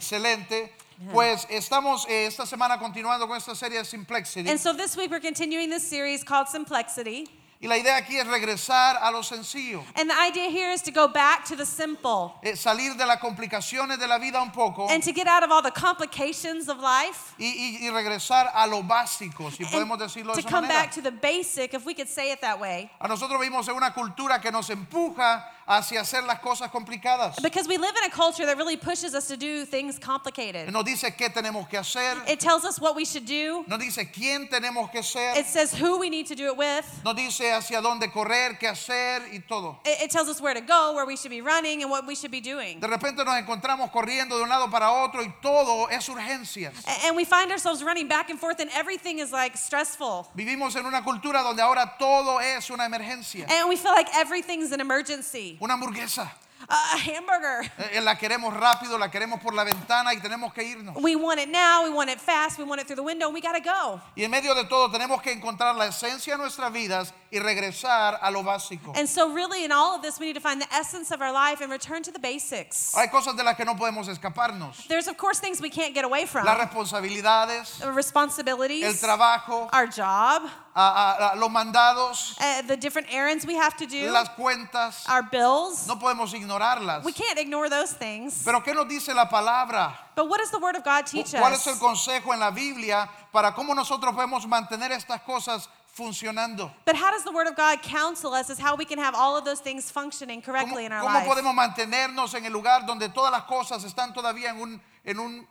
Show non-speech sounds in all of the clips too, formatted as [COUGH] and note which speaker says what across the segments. Speaker 1: Excelente. Pues estamos eh, esta semana continuando con esta serie de Simplexity.
Speaker 2: And so this week we're continuing this series called Simplexity.
Speaker 1: Y la idea aquí es regresar a lo sencillo,
Speaker 2: And the idea here is to go back to the simple
Speaker 1: eh, salir de las complicaciones de la vida un poco
Speaker 2: and to get out of all the complications of life
Speaker 1: y, y- y regresar a lo básico, si podemos
Speaker 2: and
Speaker 1: decirlo de
Speaker 2: to
Speaker 1: esa
Speaker 2: come
Speaker 1: manera.
Speaker 2: back to the basic, if we could say it that way.
Speaker 1: A nosotros vivimos en una cultura que nos empuja hacia hacer las cosas complicadas.
Speaker 2: Because we live in a culture that really pushes us to do things complicated.
Speaker 1: Eh, Nos dice qué tenemos que hacer,
Speaker 2: It tells us what we should do.
Speaker 1: nos dice quién tenemos que ser,
Speaker 2: It says who we need to do it with.
Speaker 1: nos dice hacia dónde correr, qué hacer y todo.
Speaker 2: It, it tells us where to go, where we should be running, and what we should be doing.
Speaker 1: De repente nos encontramos corriendo de un lado para otro y todo es urgencias.
Speaker 2: A- And we find ourselves running back and forth, and everything is like stressful.
Speaker 1: Vivimos en una cultura donde ahora todo es una emergencia.
Speaker 2: And we feel like everything's an emergency.
Speaker 1: Una hamburguesa.
Speaker 2: A, a hamburger.
Speaker 1: Eh, eh, La queremos rápido, la queremos por la ventana y tenemos que irnos.
Speaker 2: We want it now, we want it fast, we want it through the window, and we gotta go.
Speaker 1: Y en medio de todo tenemos que encontrar la esencia de nuestras vidas y regresar a lo básico.
Speaker 2: And so, really, in all of this, we need to find the essence of our life and return to the basics.
Speaker 1: Hay cosas de las que no podemos escaparnos.
Speaker 2: There's, of course, things we can't get away from Uh,
Speaker 1: Las responsabilidades, el
Speaker 2: responsibilities,
Speaker 1: trabajo,
Speaker 2: our job,
Speaker 1: a- a- a los mandados,
Speaker 2: uh, the different errands we have to do,
Speaker 1: las cuentas.
Speaker 2: our bills.
Speaker 1: No podemos ignorarlas.
Speaker 2: We can't ignore those things.
Speaker 1: Pero ¿qué nos dice la palabra?
Speaker 2: But what does the Word of God teach
Speaker 1: ¿Cuál es el
Speaker 2: us?
Speaker 1: consejo en la Biblia para cómo nosotros podemos mantener estas cosas funcionando?
Speaker 2: But how does the Word of God counsel us is how we can have all of those things functioning
Speaker 1: ¿Cómo,
Speaker 2: correctly in our
Speaker 1: cómo
Speaker 2: life.
Speaker 1: podemos mantenernos en el lugar donde todas las cosas están todavía en un, en un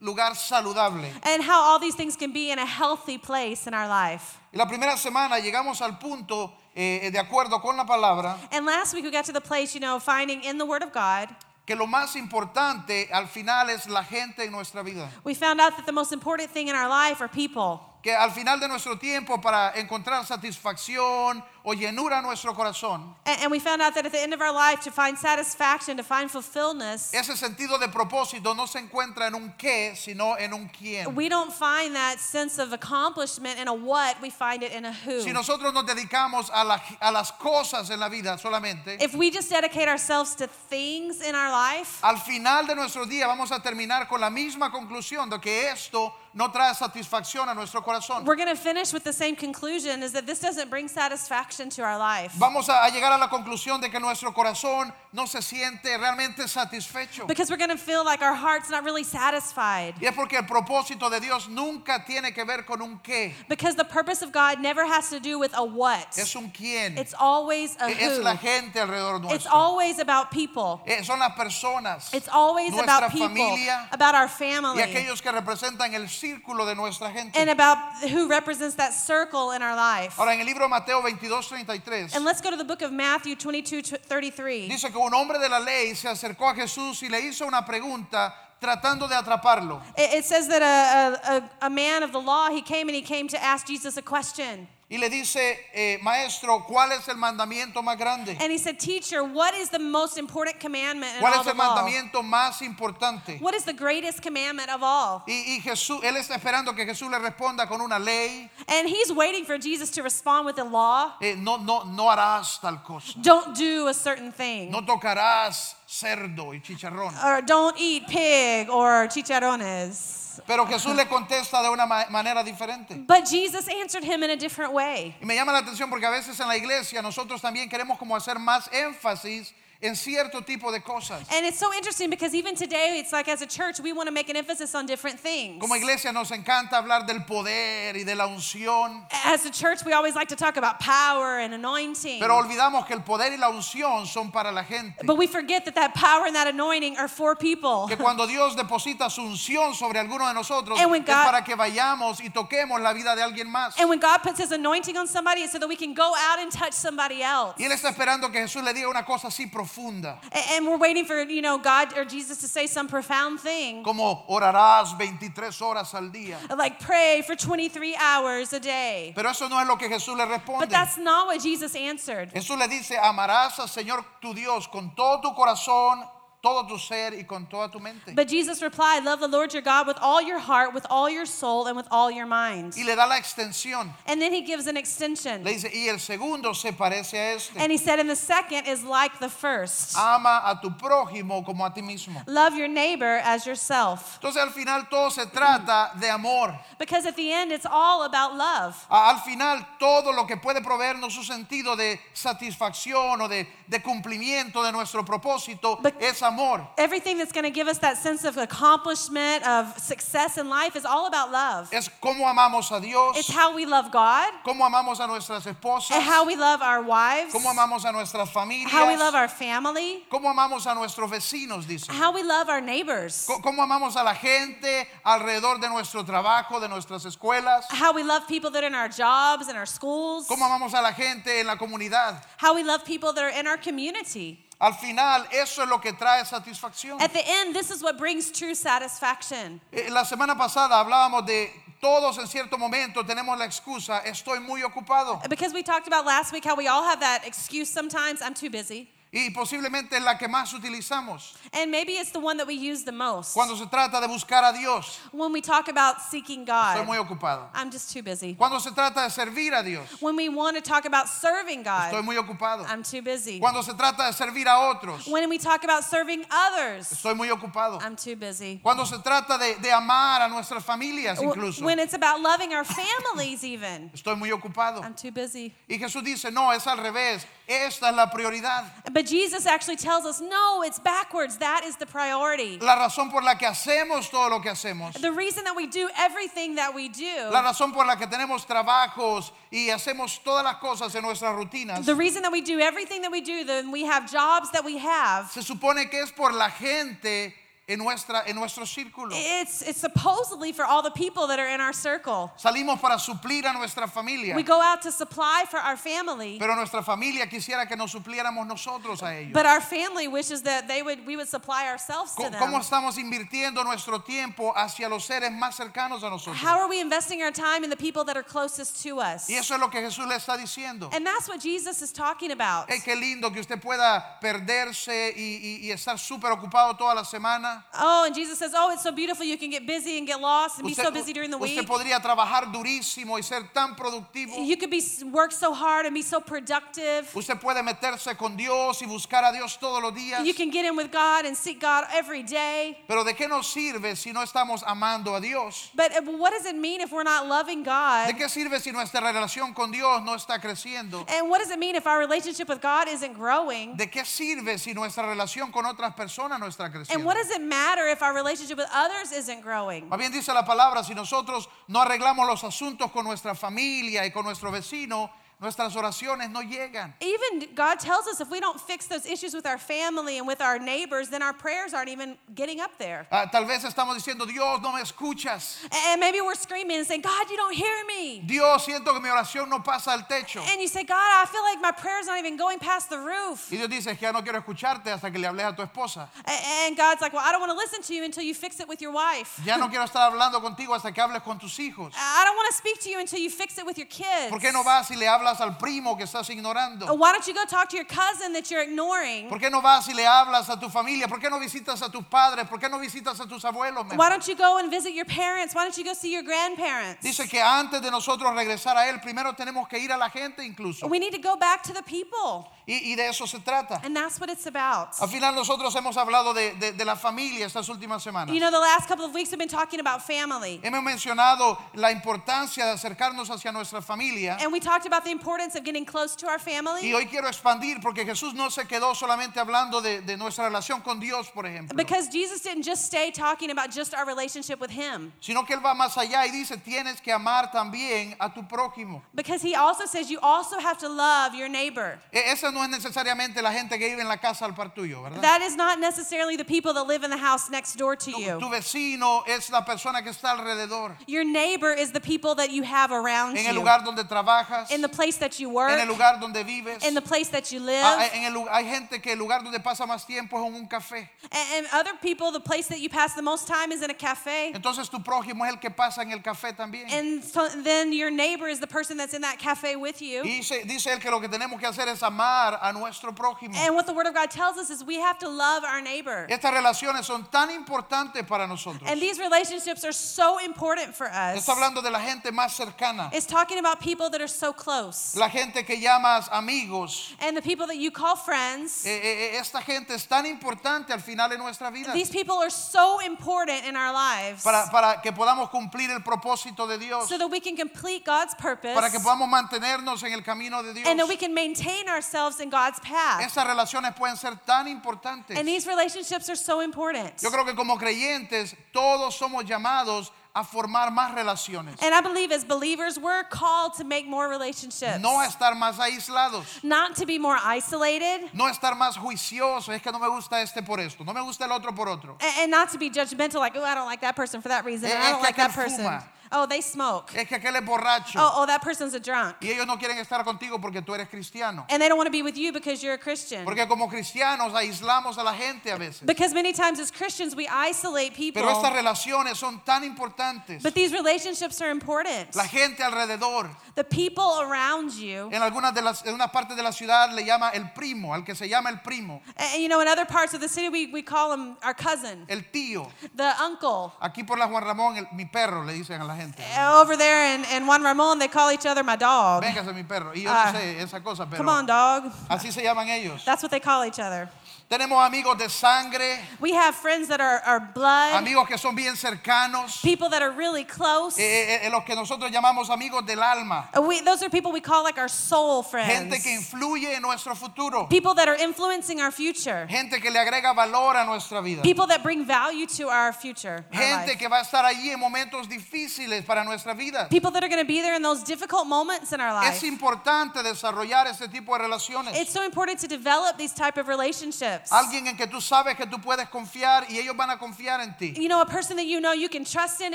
Speaker 1: lugar saludable?
Speaker 2: And how all these things can be in a healthy place in our life.
Speaker 1: Y la primera semana llegamos al punto, eh, eh, de acuerdo con la palabra,
Speaker 2: And last week we got to the place, you know, finding in the Word of God,
Speaker 1: que lo más importante al final es la gente en nuestra vida.
Speaker 2: we found out that the most important thing in our life are people.
Speaker 1: Que al final de nuestro tiempo para encontrar satisfacción o llenura a nuestro corazón,
Speaker 2: And, and we found out that at the end of our life, to find satisfaction, to find fulfillment,
Speaker 1: ese sentido de propósito no se encuentra en un qué, sino en un quién.
Speaker 2: we don't find that sense of accomplishment in a what, we find it in a who.
Speaker 1: Si nosotros nos dedicamos a, la- a las cosas en la vida solamente,
Speaker 2: If we just dedicate ourselves to things in our life,
Speaker 1: al final de nuestro día vamos a terminar con la misma conclusión de que esto no trae satisfacción a nuestro corazón.
Speaker 2: we're going to finish with the same conclusion is that this doesn't bring satisfaction to our life.
Speaker 1: Vamos a, a llegar a la conclusión de que nuestro corazón no se siente realmente satisfecho.
Speaker 2: Because we're going to feel like our heart's not really satisfied.
Speaker 1: Y es porque el propósito de Dios nunca tiene que ver con un qué,
Speaker 2: Because the purpose of God never has to do with a what.
Speaker 1: es un quién.
Speaker 2: It's always a
Speaker 1: Es la
Speaker 2: who.
Speaker 1: gente alrededor
Speaker 2: It's
Speaker 1: nuestro.
Speaker 2: always about people.
Speaker 1: Eh, Son las personas.
Speaker 2: It's always
Speaker 1: Nuestra
Speaker 2: about people,
Speaker 1: familia
Speaker 2: about our
Speaker 1: y
Speaker 2: family,
Speaker 1: aquellos que representan el círculo de nuestra gente.
Speaker 2: and about who represents that circle in our life.
Speaker 1: Ahora en el libro de Mateo 22, 33
Speaker 2: And let's go to the book of Matthew 22 33.
Speaker 1: dice que un hombre de la ley se acercó a Jesús y le hizo una pregunta tratando de atraparlo.
Speaker 2: It, it says that a, a, a, a man of the law, he came and he came to ask Jesus a question.
Speaker 1: Y le dice, eh, maestro, ¿cuál es el mandamiento más grande?
Speaker 2: And he said, Teacher, what is the most important commandment in
Speaker 1: ¿Cuál
Speaker 2: all
Speaker 1: es
Speaker 2: the
Speaker 1: el
Speaker 2: law?
Speaker 1: mandamiento más importante?
Speaker 2: What is the greatest commandment of all?
Speaker 1: Y, y Jesús, él está esperando que Jesús le responda con una ley,
Speaker 2: And he's waiting for Jesus to respond with the law.
Speaker 1: eh, no, no, no harás tal cosa,
Speaker 2: Don't do a certain thing.
Speaker 1: no tocarás cerdo y chicharrón.
Speaker 2: Or don't eat pig or chicharrones.
Speaker 1: Pero Jesús le contesta de una ma- manera diferente.
Speaker 2: But Jesus answered him in a different way.
Speaker 1: Y me llama la atención porque a veces en la iglesia nosotros también queremos como hacer más énfasis en cierto tipo de cosas.
Speaker 2: And it's so interesting because even today, it's like as a church, we want to make an emphasis on different things.
Speaker 1: Como iglesia nos encanta hablar del poder y de la unción,
Speaker 2: As a church, we always like to talk about power and anointing.
Speaker 1: pero olvidamos que el poder y la unción son para la gente.
Speaker 2: But we forget that that power and that anointing are for people.
Speaker 1: Que cuando Dios deposita su unción sobre alguno de nosotros es
Speaker 2: And when God-
Speaker 1: para que vayamos y toquemos la vida de alguien más.
Speaker 2: And when God puts his anointing on somebody, it's so that we can go out and touch somebody else.
Speaker 1: Y él está esperando que Jesús le diga una cosa así profunda,
Speaker 2: A- And we're waiting for, you know, God or Jesus to say some profound thing.
Speaker 1: como orarás 23 horas al día.
Speaker 2: Like pray for 23 hours a day.
Speaker 1: Pero eso no es lo que Jesús le
Speaker 2: But
Speaker 1: responde.
Speaker 2: that's not what Jesus answered.
Speaker 1: Jesús le dice, amarás al Señor tu Dios con todo tu corazón, todo tu ser y con toda tu mente.
Speaker 2: But Jesus replied, Love the Lord your God with all your heart, with all your soul, and with all your mind.
Speaker 1: Y le da la extensión.
Speaker 2: And then he gives an extension.
Speaker 1: Le dice, y el segundo se parece a este.
Speaker 2: And he said, And the second is like the first
Speaker 1: Ah. Ama a tu prójimo como a ti mismo.
Speaker 2: love your neighbor as yourself.
Speaker 1: Entonces al final todo se trata de amor.
Speaker 2: Because at the end, it's all about love.
Speaker 1: A- Al final todo lo que puede proveernos un sentido de satisfacción o de, de cumplimiento de nuestro propósito
Speaker 2: But-
Speaker 1: es amor.
Speaker 2: Everything that's going to give us that sense of accomplishment, of success in life, is all about love.
Speaker 1: Es cómo amamos a Dios,
Speaker 2: It's how we love God,
Speaker 1: cómo amamos a nuestras esposas,
Speaker 2: and how we love our wives,
Speaker 1: cómo amamos a nuestras familias,
Speaker 2: how we love our family,
Speaker 1: cómo amamos a nuestros vecinos, dice.
Speaker 2: how we love our neighbors,
Speaker 1: Co- Cómo amamos a la gente alrededor de nuestro trabajo, de nuestras escuelas.
Speaker 2: how we love people that are in our jobs and our schools,
Speaker 1: Cómo amamos a la gente en la comunidad.
Speaker 2: how we love people that are in our community.
Speaker 1: Al final, eso es lo que trae satisfacción.
Speaker 2: At the end, this is what brings true satisfaction.
Speaker 1: Eh, La semana pasada hablábamos de todos en cierto momento tenemos la excusa, estoy muy ocupado.
Speaker 2: Because we talked about last week how we all have that excuse sometimes, I'm too busy.
Speaker 1: Y posiblemente es la que más utilizamos
Speaker 2: And maybe it's the one that we use the most
Speaker 1: cuando se trata de buscar a Dios.
Speaker 2: when we talk about seeking
Speaker 1: Estoy muy
Speaker 2: God.
Speaker 1: ocupado.
Speaker 2: I'm just too busy.
Speaker 1: Cuando se trata de servir a Dios.
Speaker 2: When we want to talk about serving
Speaker 1: Estoy
Speaker 2: God,
Speaker 1: muy ocupado.
Speaker 2: I'm too busy.
Speaker 1: Cuando se trata de servir a otros.
Speaker 2: When we talk about serving others,
Speaker 1: Estoy muy ocupado.
Speaker 2: I'm too busy.
Speaker 1: Cuando se trata de, de amar a nuestras familias
Speaker 2: W-
Speaker 1: incluso.
Speaker 2: When it's about loving our families, even,
Speaker 1: Estoy muy ocupado.
Speaker 2: I'm too busy.
Speaker 1: Y Jesús dice, no, es al revés. Esta es la prioridad.
Speaker 2: But Jesus actually tells us no, it's backwards. That is the priority.
Speaker 1: La razón por la que hacemos todo lo que hacemos.
Speaker 2: The reason that we do everything that we do,
Speaker 1: La razón por la que tenemos trabajos y hacemos todas las cosas en nuestras rutinas.
Speaker 2: the reason that we do everything that we do, then we have jobs that we have.
Speaker 1: Se supone que es por la gente en, nuestra, en nuestro círculo.
Speaker 2: It's, it's supposedly for all the people that are in our circle.
Speaker 1: Salimos para suplir a nuestra familia.
Speaker 2: We go out to supply for our family,
Speaker 1: Pero nuestra familia quisiera que nos supliéramos nosotros a ellos.
Speaker 2: but our family wishes that they would we would supply ourselves to
Speaker 1: Co- ¿Cómo
Speaker 2: them.
Speaker 1: estamos invirtiendo nuestro tiempo hacia los seres más cercanos a nosotros?
Speaker 2: How are we investing our time in the people that are closest to us?
Speaker 1: Y eso es lo que Jesús le está diciendo.
Speaker 2: And that's what Jesus is talking about.
Speaker 1: Hey, qué lindo que usted pueda perderse y, y- y estar súper ocupado toda la semana.
Speaker 2: Oh, and Jesus says, "Oh, it's so beautiful. You can get busy and get lost and be so busy during the
Speaker 1: usted
Speaker 2: week.
Speaker 1: podría trabajar durísimo y ser tan productivo.
Speaker 2: You could be work so hard and be so productive.
Speaker 1: Usted puede meterse con Dios y buscar a Dios todos los días.
Speaker 2: You can get in with God and seek God every day.
Speaker 1: Pero ¿de qué nos sirve si no estamos amando a Dios?
Speaker 2: But uh, what does it mean if we're not loving God?
Speaker 1: ¿De qué sirve si nuestra relación con Dios no está creciendo?
Speaker 2: And what does it mean if our relationship with God isn't growing?
Speaker 1: ¿De qué sirve si nuestra relación con otras personas no está
Speaker 2: And
Speaker 1: creciendo?
Speaker 2: what does it matter if our relationship with others isn't growing?
Speaker 1: Más bien dice la palabra, si nosotros no arreglamos los asuntos con nuestra familia y con nuestro vecino, nuestras oraciones no llegan.
Speaker 2: Even God tells us if we don't fix those issues with our family and with our neighbors, then our prayers aren't even getting up there.
Speaker 1: Ah, tal vez estamos diciendo, Dios, no me escuchas.
Speaker 2: A- And maybe we're screaming and saying, God, you don't hear me.
Speaker 1: Dios, siento que mi oración no pasa al techo.
Speaker 2: And you say, God, I feel like my prayer's not even going past the roof.
Speaker 1: Y Dios dice, es que ya no quiero escucharte hasta que le hables a tu esposa.
Speaker 2: A- And God's like, Well, I don't want to listen to you until you fix it with your wife.
Speaker 1: Ya no quiero estar hablando contigo hasta que hables con tus hijos.
Speaker 2: I I don't want to speak to you until you fix it with your kids.
Speaker 1: ¿Por qué no vas y le hablas al primo que estás
Speaker 2: Uh,
Speaker 1: ignorando?
Speaker 2: Why don't you go talk to your cousin that you're ignoring?
Speaker 1: ¿Por qué no vas y le hablas a tu familia? ¿Por qué no visitas a tus padres? ¿Por qué no visitas a tus abuelos? mejor?
Speaker 2: Why don't you go and visit your parents? Why don't you go see your grandparents?
Speaker 1: Dice que antes de nosotros regresar a Él, primero tenemos que ir a la gente incluso.
Speaker 2: Uh, We need to go back to the people.
Speaker 1: Y, y de eso se trata.
Speaker 2: And that's what it's about.
Speaker 1: Al final nosotros hemos hablado de, de- de la familia estas últimas semanas.
Speaker 2: You know, the last couple of weeks we've been talking about family.
Speaker 1: Hemos mencionado la importancia de acercarnos hacia nuestra familia.
Speaker 2: And we talked about the importance of getting close to our
Speaker 1: Y
Speaker 2: family.
Speaker 1: hoy quiero expandir porque Jesús no se quedó solamente hablando de, de nuestra relación con Dios, por ejemplo.
Speaker 2: Because Jesus didn't just stay talking about just our relationship with Him.
Speaker 1: Sino que Él va más allá y dice, tienes que amar también a tu prójimo.
Speaker 2: Because He also says you also have to love your neighbor.
Speaker 1: E- Esa no es necesariamente la gente que vive en la casa al par tuyo, ¿verdad?
Speaker 2: That is not necessarily the people that live in the house next door to
Speaker 1: tu
Speaker 2: you.
Speaker 1: vecino es la persona que está alrededor,
Speaker 2: Your neighbor is the people that you have around
Speaker 1: en el
Speaker 2: you.
Speaker 1: lugar donde trabajas,
Speaker 2: In the place that you
Speaker 1: en el
Speaker 2: work,
Speaker 1: lugar donde vives.
Speaker 2: in the place that you
Speaker 1: Ah,
Speaker 2: live.
Speaker 1: ah, en el lu- hay gente que el lugar donde pasa más tiempo es en un café.
Speaker 2: And, and other people, the place that you pass the most time is in a cafe.
Speaker 1: Entonces tu prójimo es el que pasa en el café también.
Speaker 2: And so then your neighbor is the person that's in that cafe with
Speaker 1: y
Speaker 2: you.
Speaker 1: dice, dice él que lo que tenemos que hacer es amar amar a nuestro prójimo.
Speaker 2: And what the Word of God tells us is we have to love our neighbor.
Speaker 1: Estas relaciones son tan importantes para nosotros.
Speaker 2: And these relationships are so important for us.
Speaker 1: Está hablando de la gente más cercana,
Speaker 2: It's talking about people that are so close.
Speaker 1: la gente que llamas amigos.
Speaker 2: And the people that you call friends.
Speaker 1: Eh, eh, eh, esta gente es tan importante al final de nuestra vida
Speaker 2: These people are so important in our lives.
Speaker 1: para, para que podamos cumplir el propósito de Dios,
Speaker 2: So that we can complete God's purpose.
Speaker 1: para que podamos mantenernos en el camino de Dios.
Speaker 2: And that we can maintain ourselves in God's path.
Speaker 1: Esas relaciones pueden ser tan importantes.
Speaker 2: And these relationships are so important.
Speaker 1: Yo creo que como creyentes todos somos llamados a formar más relaciones,
Speaker 2: And I believe as believers, we're called to make more relationships.
Speaker 1: no a estar más aislados,
Speaker 2: Not to be more isolated.
Speaker 1: no a estar más juiciosos, es que no me gusta este por esto, no me gusta el otro por otro,
Speaker 2: a- And not to be judgmental, like, oh, I don't like that person for that reason. and
Speaker 1: Es
Speaker 2: I don't
Speaker 1: que
Speaker 2: like that
Speaker 1: aquel
Speaker 2: person.
Speaker 1: fuma.
Speaker 2: Oh, they smoke.
Speaker 1: es que aquel es borracho
Speaker 2: Oh, oh, that person's a drunk.
Speaker 1: y ellos no quieren estar contigo porque tú eres cristiano.
Speaker 2: And they don't want to be with you because you're a Christian.
Speaker 1: Porque como cristianos aislamos a la gente a veces.
Speaker 2: Because many times as Christians, we isolate people.
Speaker 1: Pero estas relaciones son tan importantes.
Speaker 2: But these relationships are important.
Speaker 1: La gente alrededor,
Speaker 2: The people around you,
Speaker 1: en algunas de las en unas partes de la ciudad le llama el primo, al que se llama el primo,
Speaker 2: and, you know, in other parts of the city, we, we call them our cousin,
Speaker 1: el tío.
Speaker 2: the uncle.
Speaker 1: Aquí por la Juan Ramón, el- mi perro, le dicen a la gente.
Speaker 2: Over there in, in Juan Ramon, they call each other my dog.
Speaker 1: Véngase mi perro. Y yo
Speaker 2: Ah.
Speaker 1: no sé esa cosa, pero
Speaker 2: Come on, dog.
Speaker 1: así se llaman ellos.
Speaker 2: That's what they call each other.
Speaker 1: Tenemos amigos de sangre,
Speaker 2: We have friends that are, are blood,
Speaker 1: amigos que son bien cercanos,
Speaker 2: people that are really close.
Speaker 1: eh, eh, eh, los que nosotros llamamos amigos del alma,
Speaker 2: Uh, We, those are people we call like our soul friends.
Speaker 1: gente que influye en nuestro futuro,
Speaker 2: People that are influencing our future.
Speaker 1: gente que le agrega valor a nuestra vida.
Speaker 2: People that bring value to our future. our
Speaker 1: Gente
Speaker 2: life.
Speaker 1: que va a estar allí en momentos difíciles para nuestra vida.
Speaker 2: People that are going to be there in those difficult moments in our
Speaker 1: Es
Speaker 2: life.
Speaker 1: importante desarrollar este tipo de relaciones.
Speaker 2: It's so important to develop these type of relationships.
Speaker 1: Alguien en que tú sabes que tú puedes confiar y ellos van a confiar en ti.
Speaker 2: You know, a person that you know you can trust in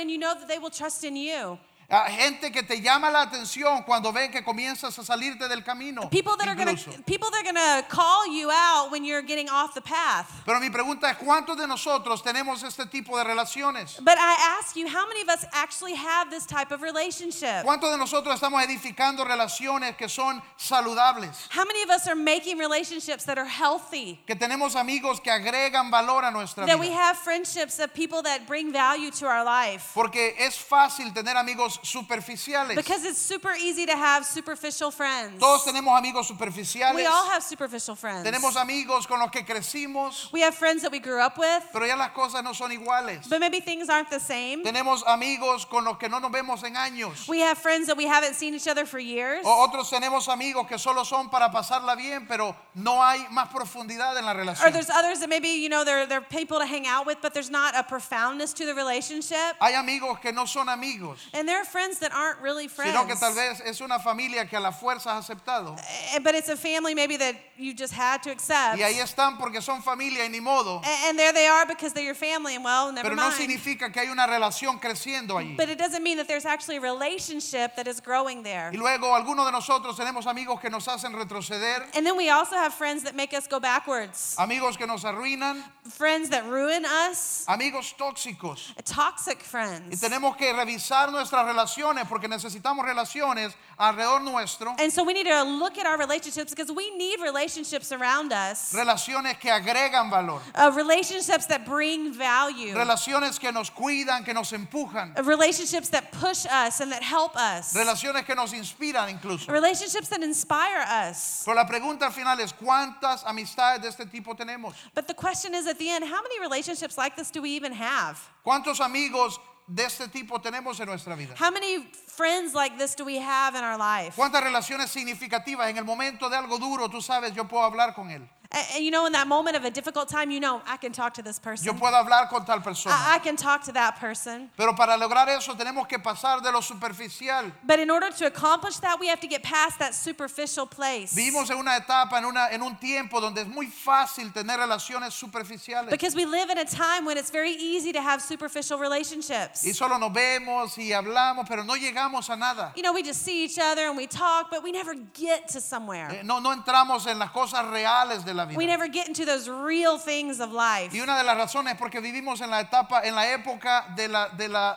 Speaker 2: and you know that they will trust in you.
Speaker 1: Ah, Gente que te llama la atención cuando ven que comienzas a salirte del camino.
Speaker 2: People that are going
Speaker 1: incluso.
Speaker 2: to people that are going to call you out when you're getting off the path.
Speaker 1: Pero mi pregunta es, ¿cuántos de nosotros tenemos este tipo de relaciones?
Speaker 2: But I ask you, how many of us actually have this type of relationship?
Speaker 1: ¿Cuántos de nosotros estamos edificando relaciones que son saludables?
Speaker 2: How many of us are making relationships that are healthy?
Speaker 1: Que tenemos amigos que agregan valor a nuestra
Speaker 2: That we
Speaker 1: vida.
Speaker 2: have friendships of people that bring value to our life.
Speaker 1: Porque es fácil tener amigos superficiales.
Speaker 2: Because it's super easy to have superficial friends.
Speaker 1: Todos tenemos amigos superficiales.
Speaker 2: We all have superficial friends.
Speaker 1: Tenemos amigos con los que crecimos,
Speaker 2: We have friends that we grew up with,
Speaker 1: pero ya las cosas no son iguales.
Speaker 2: but maybe things aren't the same.
Speaker 1: Tenemos amigos con los que no nos vemos en años.
Speaker 2: We have friends that we haven't seen each other for years.
Speaker 1: O- otros tenemos amigos que solo son para pasarla bien, pero no hay más profundidad en la
Speaker 2: Or
Speaker 1: relación.
Speaker 2: there's others that maybe, you know, they're, they're people to hang out with, but there's not a profoundness to the relationship.
Speaker 1: Hay amigos que no son amigos,
Speaker 2: And there are friends that aren't really friends.
Speaker 1: sino que tal vez es una familia que a la fuerza has aceptado.
Speaker 2: Eh, But it's a family maybe that you just had to accept.
Speaker 1: Y ahí están porque son familia y ni modo.
Speaker 2: A- And there they are because they're your family, and well, never
Speaker 1: Pero no
Speaker 2: mind.
Speaker 1: significa que hay una relación creciendo allí.
Speaker 2: But it doesn't mean that there's actually a relationship that is growing there.
Speaker 1: Y luego algunos de nosotros tenemos amigos que nos hacen retroceder,
Speaker 2: And then we also have friends that make us go backwards,
Speaker 1: amigos que nos arruinan,
Speaker 2: friends that ruin us,
Speaker 1: amigos tóxicos.
Speaker 2: toxic
Speaker 1: Y
Speaker 2: friends.
Speaker 1: tenemos que revisar nuestras relaciones porque necesitamos relaciones alrededor nuestro,
Speaker 2: And so we need to look at our relationships because we need relationships around us,
Speaker 1: relaciones que agregan valor,
Speaker 2: uh, relationships that bring value,
Speaker 1: relaciones que nos cuidan, que nos empujan,
Speaker 2: uh, relationships that push us and that help us,
Speaker 1: relaciones que nos inspiran incluso.
Speaker 2: relationships that inspire us.
Speaker 1: Pero la pregunta al final es, ¿cuántas amistades de este tipo tenemos?
Speaker 2: But the question is at the end, how many relationships like this do we even have?
Speaker 1: ¿Cuántos amigos de este tipo tenemos en nuestra vida?
Speaker 2: How many friends like this do we have in our life?
Speaker 1: ¿Cuántas relaciones significativas en el momento de algo duro, tú sabes, yo puedo hablar con él?
Speaker 2: And, and you know, in that moment of a difficult time, you know, I can talk to this
Speaker 1: Yo
Speaker 2: person.
Speaker 1: puedo hablar con tal persona.
Speaker 2: I, I can talk to that person.
Speaker 1: Pero para lograr eso tenemos que pasar de lo superficial
Speaker 2: But in order to accomplish that, we have to get past that superficial place.
Speaker 1: Vivimos en una etapa, en, una, en un tiempo donde es muy fácil tener relaciones superficiales.
Speaker 2: Because we live in a time when it's very easy to have superficial
Speaker 1: Y
Speaker 2: relationships.
Speaker 1: solo nos vemos y hablamos, pero no llegamos a nada.
Speaker 2: You know, we just see each other and we talk, but we never get to
Speaker 1: Eh,
Speaker 2: somewhere.
Speaker 1: No, no entramos en las cosas reales de la
Speaker 2: We
Speaker 1: vida.
Speaker 2: never get into those real things of life.
Speaker 1: Y una de las razones es porque vivimos en la etapa, en la época de la, de la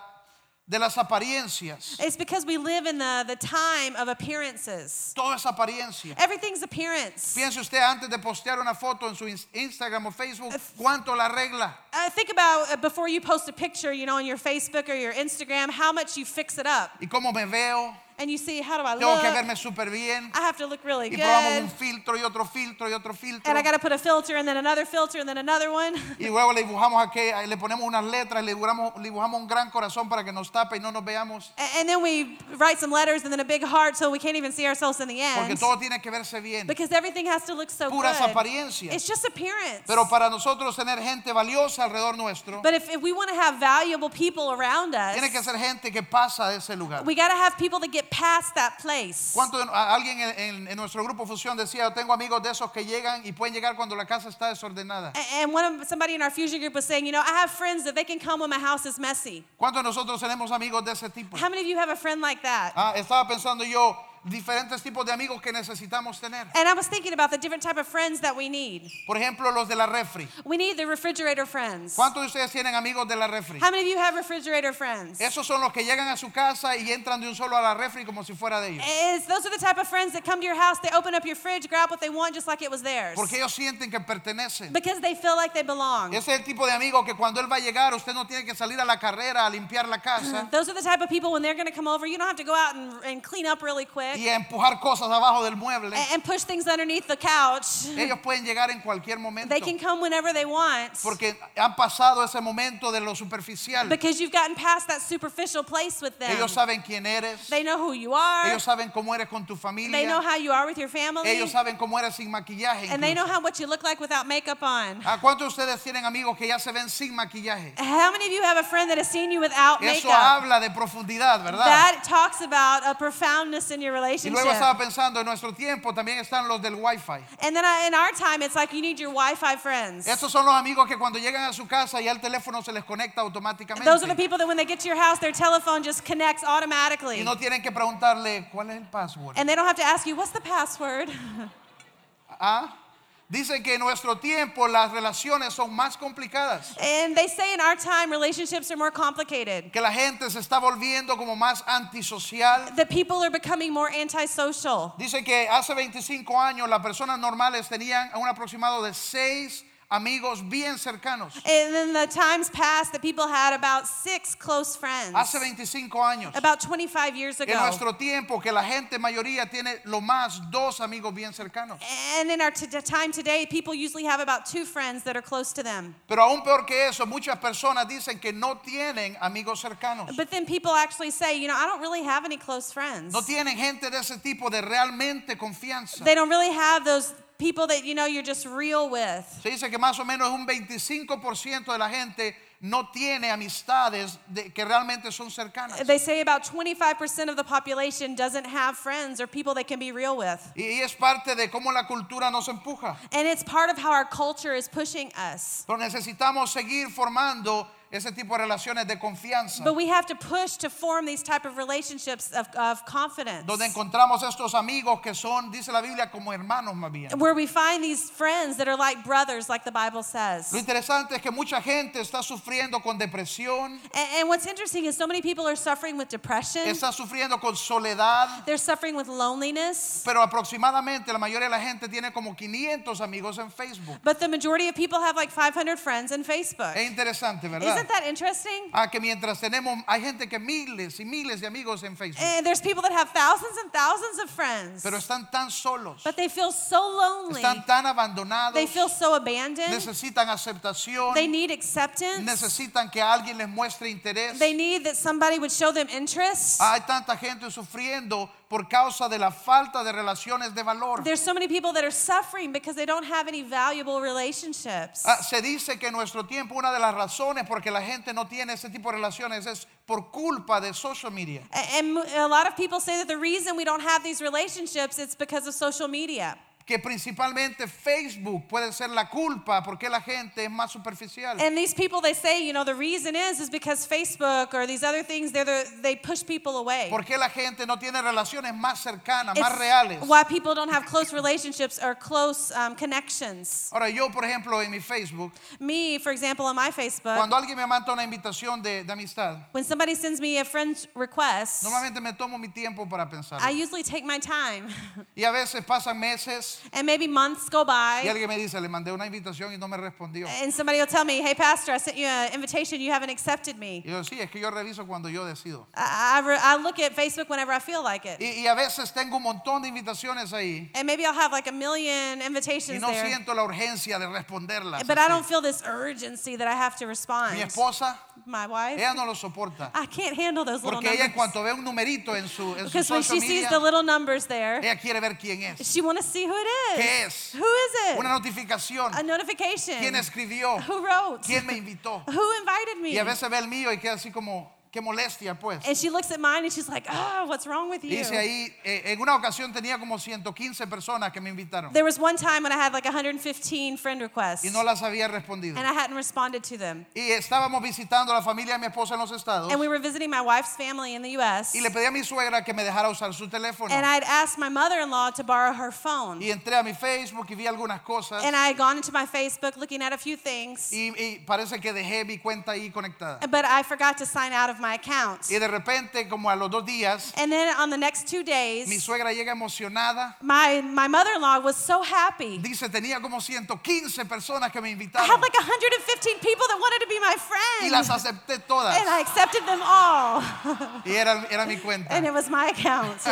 Speaker 1: de las apariencias.
Speaker 2: It's because we live in the, the time of appearances.
Speaker 1: Todo es apariencia.
Speaker 2: Everything's appearance.
Speaker 1: Piense usted antes de postear una foto en su ins- Instagram o Facebook, ¿cuánto la arregla?
Speaker 2: Uh, think about uh, before you post a picture, you know, on your Facebook or your Instagram, how much you fix it up.
Speaker 1: ¿Y cómo me veo?
Speaker 2: And you see, how do I
Speaker 1: Tengo que
Speaker 2: look?
Speaker 1: verme súper bien.
Speaker 2: I have to look really
Speaker 1: Y
Speaker 2: good.
Speaker 1: probamos un filtro y otro filtro y otro filtro.
Speaker 2: And I got to put a filter and then another filter and then another one.
Speaker 1: Y luego le dibujamos aquí, le ponemos unas letras, le dibujamos, le dibujamos un gran corazón para que nos tape y no nos veamos.
Speaker 2: A- And then we write some letters and then a big heart so we can't even see ourselves in the
Speaker 1: Porque
Speaker 2: end.
Speaker 1: todo tiene que verse bien.
Speaker 2: Because everything has to look so
Speaker 1: Puras
Speaker 2: good.
Speaker 1: apariencias.
Speaker 2: It's just appearance.
Speaker 1: Pero para nosotros tener gente valiosa alrededor nuestro,
Speaker 2: But if, if we want to have valuable people around us,
Speaker 1: tiene que ser gente que pasa de ese lugar.
Speaker 2: we got to have people that get past that place.
Speaker 1: ¿Cuánto de- a- alguien en, en- en nuestro grupo Fusión decía, yo tengo amigos de esos que llegan y pueden llegar cuando la casa está desordenada?
Speaker 2: A- And one of, somebody in our fusion group was saying, you know, I have friends that they can come when my house is messy.
Speaker 1: ¿Cuántos de nosotros tenemos amigos de ese tipo?
Speaker 2: How many of you have a friend like that?
Speaker 1: Ah, estaba pensando yo, diferentes tipos de amigos que necesitamos tener.
Speaker 2: And I was thinking about the different type of friends that we need.
Speaker 1: Por ejemplo, los de la refri.
Speaker 2: We need the refrigerator friends.
Speaker 1: ¿Cuántos de ustedes tienen amigos de la refri?
Speaker 2: How many of you have refrigerator friends?
Speaker 1: Esos son los que llegan a su casa y entran de un solo a la refri como si fuera de ellos.
Speaker 2: It's- those are the type of friends that come to your house, they open up your fridge, grab what they want just like it was theirs.
Speaker 1: Porque ellos sienten que pertenecen.
Speaker 2: Because they feel like they belong.
Speaker 1: Ese es el tipo de amigo que cuando él va a llegar, usted no tiene que salir a la carrera a limpiar la casa
Speaker 2: Those are the type of people when they're going to come over, you don't have to go out and, and clean up really quick
Speaker 1: y a empujar cosas abajo del mueble.
Speaker 2: and, and push things underneath the couch.
Speaker 1: Ellos pueden llegar en cualquier momento
Speaker 2: eh. They can come whenever they want.
Speaker 1: porque han pasado ese momento de lo superficial.
Speaker 2: Because you've gotten past that superficial place with them.
Speaker 1: Ellos saben quién eres,
Speaker 2: They know who you are.
Speaker 1: ellos saben cómo eres con tu
Speaker 2: they know
Speaker 1: familia,
Speaker 2: how you are with your family.
Speaker 1: ellos saben cómo eres sin maquillaje.
Speaker 2: and they know
Speaker 1: incluso.
Speaker 2: how what you look like without makeup on.
Speaker 1: ¿A cuántos de ustedes tienen amigos que ya se ven sin maquillaje?
Speaker 2: How many of you have a friend that has seen you without
Speaker 1: Eso
Speaker 2: makeup?
Speaker 1: habla de profundidad, ¿verdad?
Speaker 2: That talks about a profoundness in your
Speaker 1: Y
Speaker 2: relationship.
Speaker 1: luego estaba pensando, en nuestro tiempo también están los del wifi.
Speaker 2: and then I, in our time, it's like you need your Wi-Fi friends.
Speaker 1: Estos son los amigos que cuando llegan a su casa ya el teléfono se les conecta automáticamente.
Speaker 2: Those are the people that when they get to your house, their telephone just connects
Speaker 1: Y
Speaker 2: automatically.
Speaker 1: no tienen que preguntarle cuál es el password.
Speaker 2: and they don't have to ask you, what's the password? [LAUGHS]
Speaker 1: ¿Ah? Dicen que en nuestro tiempo las relaciones son más complicadas,
Speaker 2: and they say in our time, relationships are more complicated.
Speaker 1: que la gente se está volviendo como más antisocial.
Speaker 2: That people are becoming more antisocial.
Speaker 1: Dice que hace 25 años las personas normales tenían un aproximado de 6 amigos bien cercanos.
Speaker 2: And then the times passed that people had about six close friends.
Speaker 1: Hace 25 años.
Speaker 2: About 25 years
Speaker 1: Ah, En
Speaker 2: ago.
Speaker 1: nuestro tiempo que la gente mayoría tiene lo más dos amigos bien cercanos.
Speaker 2: And in our t- time today, people usually have about two friends that are close to them.
Speaker 1: Pero aún peor que eso, muchas personas dicen que no tienen amigos cercanos.
Speaker 2: But then people actually say, you know, I don't really have any close friends.
Speaker 1: No tienen gente de ese tipo de realmente confianza.
Speaker 2: They don't really have those people that, you know, you're just real with.
Speaker 1: Se dice que más o menos un 25% de la gente no tiene amistades de- que realmente son cercanas.
Speaker 2: They say about 25% of the population doesn't have friends or people they can be real with.
Speaker 1: Y, y es parte de cómo la cultura nos empuja.
Speaker 2: And it's part of how our culture is pushing us.
Speaker 1: Pero necesitamos seguir formando ese tipo de relaciones de confianza.
Speaker 2: But we have to push to form these type of relationships of, of confidence.
Speaker 1: Donde encontramos estos amigos que son, dice la Biblia, como hermanos más bien.
Speaker 2: Where we find these friends that are like brothers, like the Bible says.
Speaker 1: Lo interesante es que mucha gente está sufriendo con depresión,
Speaker 2: And, and what's interesting is so many people are suffering with depression.
Speaker 1: está sufriendo con soledad,
Speaker 2: They're suffering with loneliness.
Speaker 1: pero aproximadamente la mayoría de la gente tiene como 500 amigos en Facebook.
Speaker 2: But the majority of people have like 500 friends in Facebook.
Speaker 1: Es interesante, ¿verdad?
Speaker 2: Isn't that interesting?
Speaker 1: Ah, que mientras tenemos, hay gente que miles y miles de amigos en Facebook,
Speaker 2: And there's people that have thousands and thousands of friends.
Speaker 1: pero están tan solos,
Speaker 2: But they feel so lonely.
Speaker 1: están tan
Speaker 2: They
Speaker 1: abandonados,
Speaker 2: feel so abandoned.
Speaker 1: necesitan aceptación,
Speaker 2: They need acceptance.
Speaker 1: necesitan que alguien les muestre interés.
Speaker 2: They need that somebody would show them interest.
Speaker 1: Hay tanta gente sufriendo por causa de la falta de relaciones de valor.
Speaker 2: There's so many people that are suffering because they don't have any valuable relationships.
Speaker 1: Ah, se dice que en nuestro tiempo una de las razones por que la gente no tiene ese tipo de relaciones es por culpa de social media.
Speaker 2: A- And mo- a lot of people say that the reason we don't have these relationships it's because of social media.
Speaker 1: que principalmente Facebook puede ser la culpa porque la gente es más superficial.
Speaker 2: And these people, they say, you know, the reason is is because Facebook or these other things, they're the, they push people away.
Speaker 1: Porque la gente no tiene relaciones más cercanas, más
Speaker 2: It's
Speaker 1: reales.
Speaker 2: why people don't have close relationships or close um, connections.
Speaker 1: Ahora yo, por ejemplo, en mi Facebook,
Speaker 2: Me, for example, on my Facebook,
Speaker 1: cuando alguien me manda una invitación de, de amistad,
Speaker 2: when somebody sends me a friend request,
Speaker 1: normalmente me tomo mi tiempo para pensar.
Speaker 2: I usually take my time. [LAUGHS]
Speaker 1: Y a veces pasan meses
Speaker 2: And maybe months go
Speaker 1: y
Speaker 2: by,
Speaker 1: alguien me dice, le mandé una invitación y no me respondió.
Speaker 2: and somebody will tell me, hey, Pastor, I sent you an invitation, you haven't accepted me.
Speaker 1: Y yo, sí, es que yo reviso cuando yo decido.
Speaker 2: I, I, re- I look at Facebook whenever I feel like it.
Speaker 1: Y, y a veces tengo un montón de invitaciones ahí
Speaker 2: And maybe I'll have like a million
Speaker 1: y
Speaker 2: invitations
Speaker 1: no
Speaker 2: there.
Speaker 1: siento la urgencia de responderlas.
Speaker 2: But I
Speaker 1: así.
Speaker 2: don't feel this urgency that I have to respond.
Speaker 1: Mi esposa,
Speaker 2: My wife,
Speaker 1: ella no lo soporta.
Speaker 2: I can't handle those little
Speaker 1: Porque ella en
Speaker 2: numbers.
Speaker 1: cuanto ve un numerito en su, en su
Speaker 2: Because when
Speaker 1: social
Speaker 2: she sees
Speaker 1: media,
Speaker 2: the little numbers there,
Speaker 1: ella quiere ver quién es.
Speaker 2: she want to see who it
Speaker 1: ¿Qué es?
Speaker 2: is. Who is
Speaker 1: Una
Speaker 2: it?
Speaker 1: notificación.
Speaker 2: A
Speaker 1: ¿Quién
Speaker 2: notification.
Speaker 1: escribió?
Speaker 2: Who wrote?
Speaker 1: ¿Quién me invitó?
Speaker 2: Who invited me?
Speaker 1: Y a veces ve el mío y queda así como, qué molestia pues.
Speaker 2: And she looks at mine and she's like, oh, what's wrong with you?
Speaker 1: Dice ahí, eh, en una ocasión tenía como 115 personas que me invitaron
Speaker 2: There was one time when I had like 115 friend requests
Speaker 1: y no las había respondido.
Speaker 2: and I hadn't responded to them.
Speaker 1: Y estábamos visitando a la familia de mi esposa en los estados
Speaker 2: And we were visiting my wife's family in the US.
Speaker 1: y le pedí a mi suegra que me dejara usar su teléfono.
Speaker 2: And I'd asked my mother in law to borrow her phone.
Speaker 1: Y entré a mi Facebook y vi algunas cosas
Speaker 2: And I had gone into my Facebook looking at a few things,
Speaker 1: y, y parece que dejé mi cuenta ahí conectada.
Speaker 2: but I forgot to sign out of my account.
Speaker 1: Y de repente, como a los dos días,
Speaker 2: And then on the next two
Speaker 1: mi
Speaker 2: days,
Speaker 1: suegra llega emocionada.
Speaker 2: my, my mother in law was so happy.
Speaker 1: Dice, tenía como 115 personas que me
Speaker 2: I had
Speaker 1: invitaron
Speaker 2: like 115 people that wanted to be my
Speaker 1: y las
Speaker 2: friend.
Speaker 1: acepté todas.
Speaker 2: And I accepted them all. [LAUGHS]
Speaker 1: Y era, era mi cuenta.
Speaker 2: And it was my account.
Speaker 1: [LAUGHS]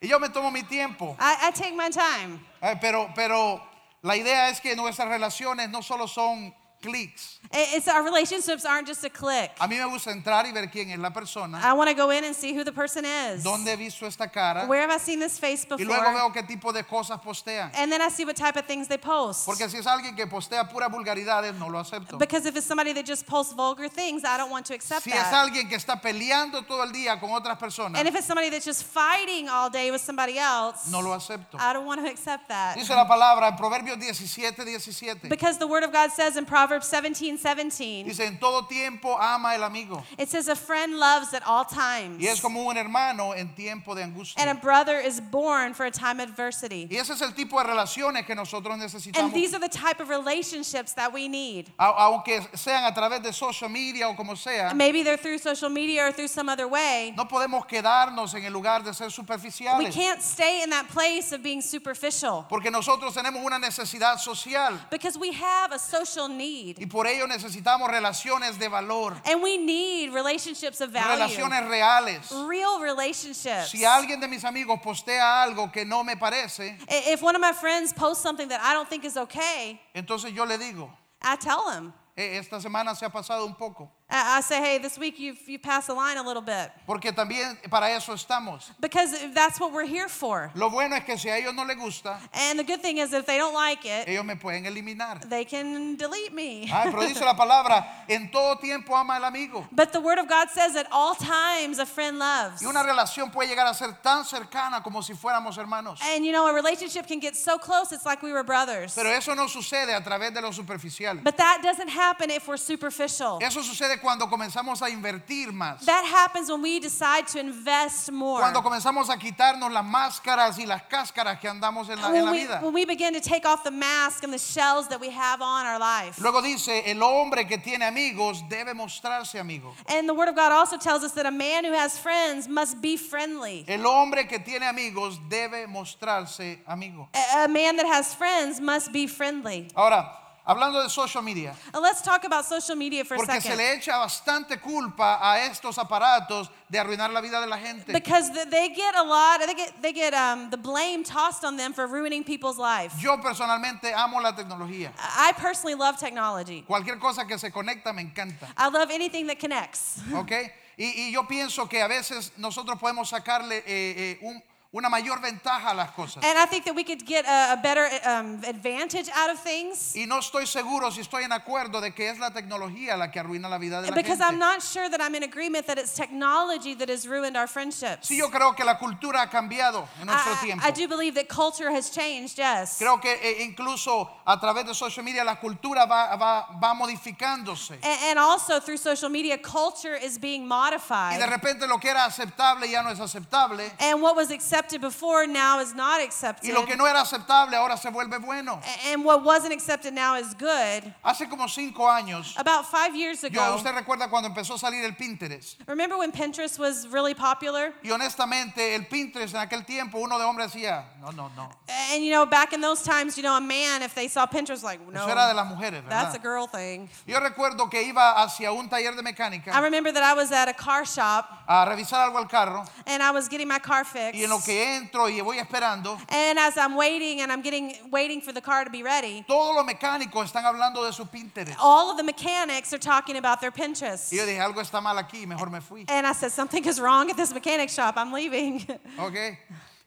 Speaker 1: Y yo me tomo mi tiempo.
Speaker 2: I, I take my time.
Speaker 1: Ay, Pero, pero la idea es que nuestras relaciones no solo son clics.
Speaker 2: It- It's our relationships aren't just a click.
Speaker 1: A mí me gusta entrar y ver quién es la persona,
Speaker 2: I want to go in and see who the person is.
Speaker 1: Uh-huh. dónde he visto esta cara
Speaker 2: Where have I seen this face
Speaker 1: y luego
Speaker 2: before?
Speaker 1: veo qué tipo de cosas postean.
Speaker 2: And then I see what type of things they post.
Speaker 1: Porque si es alguien que postea puras vulgaridades, no lo acepto.
Speaker 2: Because if it's somebody that just posts vulgar things, I don't want to accept
Speaker 1: Si es
Speaker 2: that.
Speaker 1: alguien que está peleando todo el día con otras personas,
Speaker 2: And if it's somebody that's just fighting all day with somebody else,
Speaker 1: no lo acepto.
Speaker 2: I don't want to accept that.
Speaker 1: Dice la palabra en Proverbios 17, 17.
Speaker 2: Because the Word of God says in Proverbs 17 17,
Speaker 1: Dice, en todo tiempo ama el amigo.
Speaker 2: it says, A friend loves at all times,
Speaker 1: Y es como un hermano en tiempo de
Speaker 2: and a
Speaker 1: angustia.
Speaker 2: brother is born for a time of adversity.
Speaker 1: Y ese es el tipo de relaciones que nosotros
Speaker 2: And
Speaker 1: necesitamos.
Speaker 2: these are the type of relationships that we need.
Speaker 1: A- aunque sean a través de social media o como sea,
Speaker 2: Maybe they're through social media or through some other way.
Speaker 1: no podemos quedarnos en el lugar de ser
Speaker 2: We
Speaker 1: superficiales.
Speaker 2: can't stay in that place of being superficial
Speaker 1: Porque nosotros tenemos una necesidad social
Speaker 2: because we have a social need
Speaker 1: y por ello necesitamos relaciones de valor,
Speaker 2: and we need relationships of value, Oh,
Speaker 1: relaciones reales.
Speaker 2: real relationships.
Speaker 1: Si alguien de mis amigos postea algo que no me parece,
Speaker 2: I- If one of my friends posts something that I don't think is okay,
Speaker 1: entonces yo le digo,
Speaker 2: I tell him.
Speaker 1: "Eh, esta semana se ha pasado un poco.
Speaker 2: I I say, hey, this week you've, you passed the line a little bit
Speaker 1: Porque también para eso estamos.
Speaker 2: because that's what we're here for.
Speaker 1: Lo bueno es que si a ellos no les gusta,
Speaker 2: And the good thing is, if they don't like it,
Speaker 1: ellos me pueden eliminar.
Speaker 2: they can delete me.
Speaker 1: Eh. Ay,
Speaker 2: [LAUGHS]
Speaker 1: pero dice la palabra, en todo tiempo ama el amigo.
Speaker 2: But the Word of God says at all times a friend loves.
Speaker 1: Y una relación puede llegar a ser tan cercana como si fuéramos hermanos.
Speaker 2: And you know, a relationship can get so close, it's like we were brothers.
Speaker 1: Pero eso no sucede a través de lo superficial.
Speaker 2: But that doesn't happen if we're superficial.
Speaker 1: Eso sucede cuando comenzamos a invertir más.
Speaker 2: That happens when we decide to invest more.
Speaker 1: Cuando comenzamos a quitarnos las máscaras y las cáscaras que andamos en la, en
Speaker 2: When
Speaker 1: la
Speaker 2: we,
Speaker 1: vida.
Speaker 2: when we begin to take off the mask and the shells that we have on our life.
Speaker 1: Luego dice, el hombre que tiene amigos debe mostrarse amigo.
Speaker 2: And the Word of God also tells us that a man who has friends must be friendly.
Speaker 1: El hombre que tiene amigos debe mostrarse amigo.
Speaker 2: A, a man that has friends must be friendly.
Speaker 1: Ahora, hablando de social media,
Speaker 2: Now, let's talk about social media for a
Speaker 1: porque se
Speaker 2: second.
Speaker 1: le echa bastante culpa a estos aparatos de arruinar la vida de la gente.
Speaker 2: Because th- they get a lot, they get, they get um, the blame tossed on them for ruining people's life.
Speaker 1: Yo personalmente amo la tecnología.
Speaker 2: I I personally love technology.
Speaker 1: Cualquier cosa que se conecta me encanta.
Speaker 2: I love anything that connects.
Speaker 1: ¿Ok? Y, y yo pienso que a veces nosotros podemos sacarle eh, eh, un, una mayor ventaja a las cosas.
Speaker 2: And I think that we could get a, a better um, advantage out of things.
Speaker 1: Y no estoy seguro si estoy en acuerdo de que es la tecnología la que arruina la vida de la
Speaker 2: Because
Speaker 1: gente.
Speaker 2: I'm not sure that I'm in agreement that it's technology that has ruined our friendships.
Speaker 1: Sí, yo creo que la cultura ha cambiado en nuestro
Speaker 2: I,
Speaker 1: tiempo.
Speaker 2: I do believe that culture has changed, yes.
Speaker 1: Creo que eh, incluso a través de social media la cultura va, va, va modificándose.
Speaker 2: A- And also through social media, culture is being
Speaker 1: Y de
Speaker 2: modified.
Speaker 1: repente lo que era aceptable ya no es aceptable.
Speaker 2: And what was accepted before now is not
Speaker 1: Y
Speaker 2: accepted.
Speaker 1: lo que no era aceptable ahora se vuelve bueno.
Speaker 2: A- And what wasn't accepted now is good.
Speaker 1: Hace como cinco años,
Speaker 2: About five years
Speaker 1: yo,
Speaker 2: ago,
Speaker 1: usted recuerda cuando empezó a salir el Pinterest.
Speaker 2: remember when Pinterest was really popular?
Speaker 1: Y honestamente, el Pinterest en aquel tiempo, uno de hombres decía, no, no, no.
Speaker 2: And you know, back in those times, you know, a man, if they saw Pinterest, like,
Speaker 1: Eso era de
Speaker 2: no,
Speaker 1: las mujeres,
Speaker 2: that's a
Speaker 1: ¿verdad?
Speaker 2: girl thing.
Speaker 1: Yo recuerdo que iba hacia un taller de
Speaker 2: I
Speaker 1: mecánica
Speaker 2: remember that I was at a car shop
Speaker 1: a revisar algo al carro.
Speaker 2: and I was getting my car fixed.
Speaker 1: Y en lo que entro y voy esperando,
Speaker 2: And as I'm waiting and I'm getting waiting for the car to be ready,
Speaker 1: todos los mecánicos están hablando de su Pinterest.
Speaker 2: all of the mechanics are talking about their
Speaker 1: Y yo
Speaker 2: Pinterest.
Speaker 1: dije, algo está mal aquí, mejor me fui.
Speaker 2: And I said, something is wrong at this mechanic shop. I'm leaving. [LAUGHS]
Speaker 1: ¿Ok?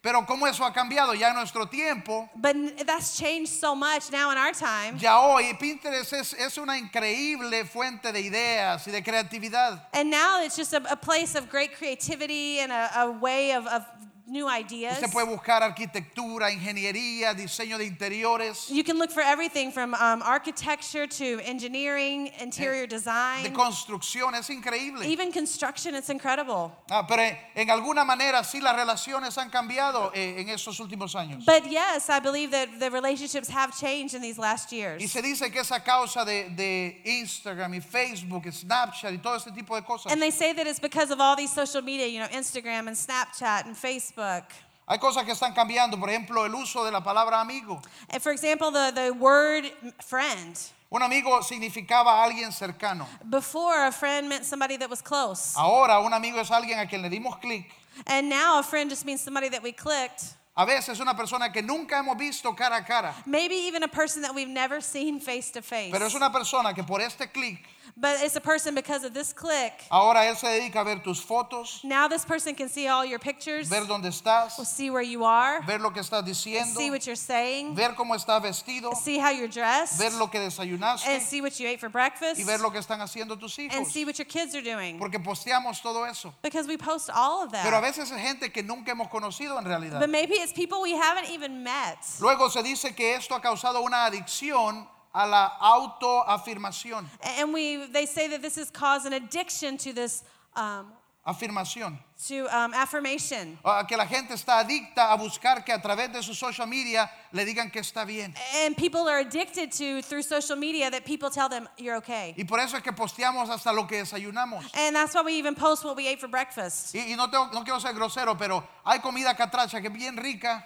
Speaker 1: Pero cómo eso ha cambiado ya en nuestro tiempo.
Speaker 2: but n- that's changed so much now in our time.
Speaker 1: Ya hoy Pinterest es, es una increíble fuente de ideas y de creatividad.
Speaker 2: And now it's just a, a place of great creativity and a, a way of, of new ideas.
Speaker 1: Usted puede buscar arquitectura, ingeniería, diseño de interiores,
Speaker 2: You can look for everything from um, architecture to engineering, interior
Speaker 1: de
Speaker 2: design,
Speaker 1: construcción, es increíble.
Speaker 2: even construction. It's incredible.
Speaker 1: Ah, pero en, en alguna manera sí las relaciones han cambiado eh, en estos últimos años.
Speaker 2: But yes, I believe that the relationships have changed in these last years.
Speaker 1: Y se dice que esa causa de, de Instagram y Facebook, y Snapchat y todo ese tipo de cosas.
Speaker 2: And they say that it's because of all these social media, you know, Instagram and Snapchat and Facebook.
Speaker 1: Hay cosas que están cambiando, por ejemplo, el uso de la palabra amigo.
Speaker 2: And for example, the, the word friend.
Speaker 1: Un amigo significaba a alguien cercano.
Speaker 2: Before, a friend meant somebody that was close.
Speaker 1: Ahora un amigo es alguien a quien le dimos clic.
Speaker 2: And now a friend just means somebody that we clicked.
Speaker 1: A veces una persona que nunca hemos visto cara a cara,
Speaker 2: Maybe even a person that we've never seen face to face.
Speaker 1: pero es una persona que por este clic,
Speaker 2: But it's a person because of this click.
Speaker 1: ahora él se dedica a ver tus fotos,
Speaker 2: Now this person can see all your pictures,
Speaker 1: ver dónde estás,
Speaker 2: see where you are,
Speaker 1: ver lo que estás diciendo,
Speaker 2: see what you're saying,
Speaker 1: ver cómo estás vestido,
Speaker 2: see how you're dressed,
Speaker 1: ver lo que
Speaker 2: and
Speaker 1: desayunaste
Speaker 2: see what you ate for breakfast,
Speaker 1: y ver lo que están haciendo tus
Speaker 2: and
Speaker 1: hijos,
Speaker 2: see what your kids are doing.
Speaker 1: porque posteamos todo eso.
Speaker 2: Because we post all of
Speaker 1: Pero a
Speaker 2: that.
Speaker 1: veces es gente que nunca hemos conocido en realidad.
Speaker 2: But maybe it's people we haven't even met.
Speaker 1: Luego se dice que esto ha causado una adicción a la autoafirmación.
Speaker 2: And we, they say that this has caused an addiction to this, um,
Speaker 1: Afirmación.
Speaker 2: to um, affirmation.
Speaker 1: Ah, Que la gente está adicta a buscar que a través de su social media le digan que está bien.
Speaker 2: And people are addicted to, through social media, that people tell them, you're okay.
Speaker 1: Y por eso es que posteamos hasta lo que desayunamos.
Speaker 2: And that's why we even post what we ate for breakfast.
Speaker 1: Y, y no, tengo- no quiero ser grosero, pero hay comida catracha que es bien rica.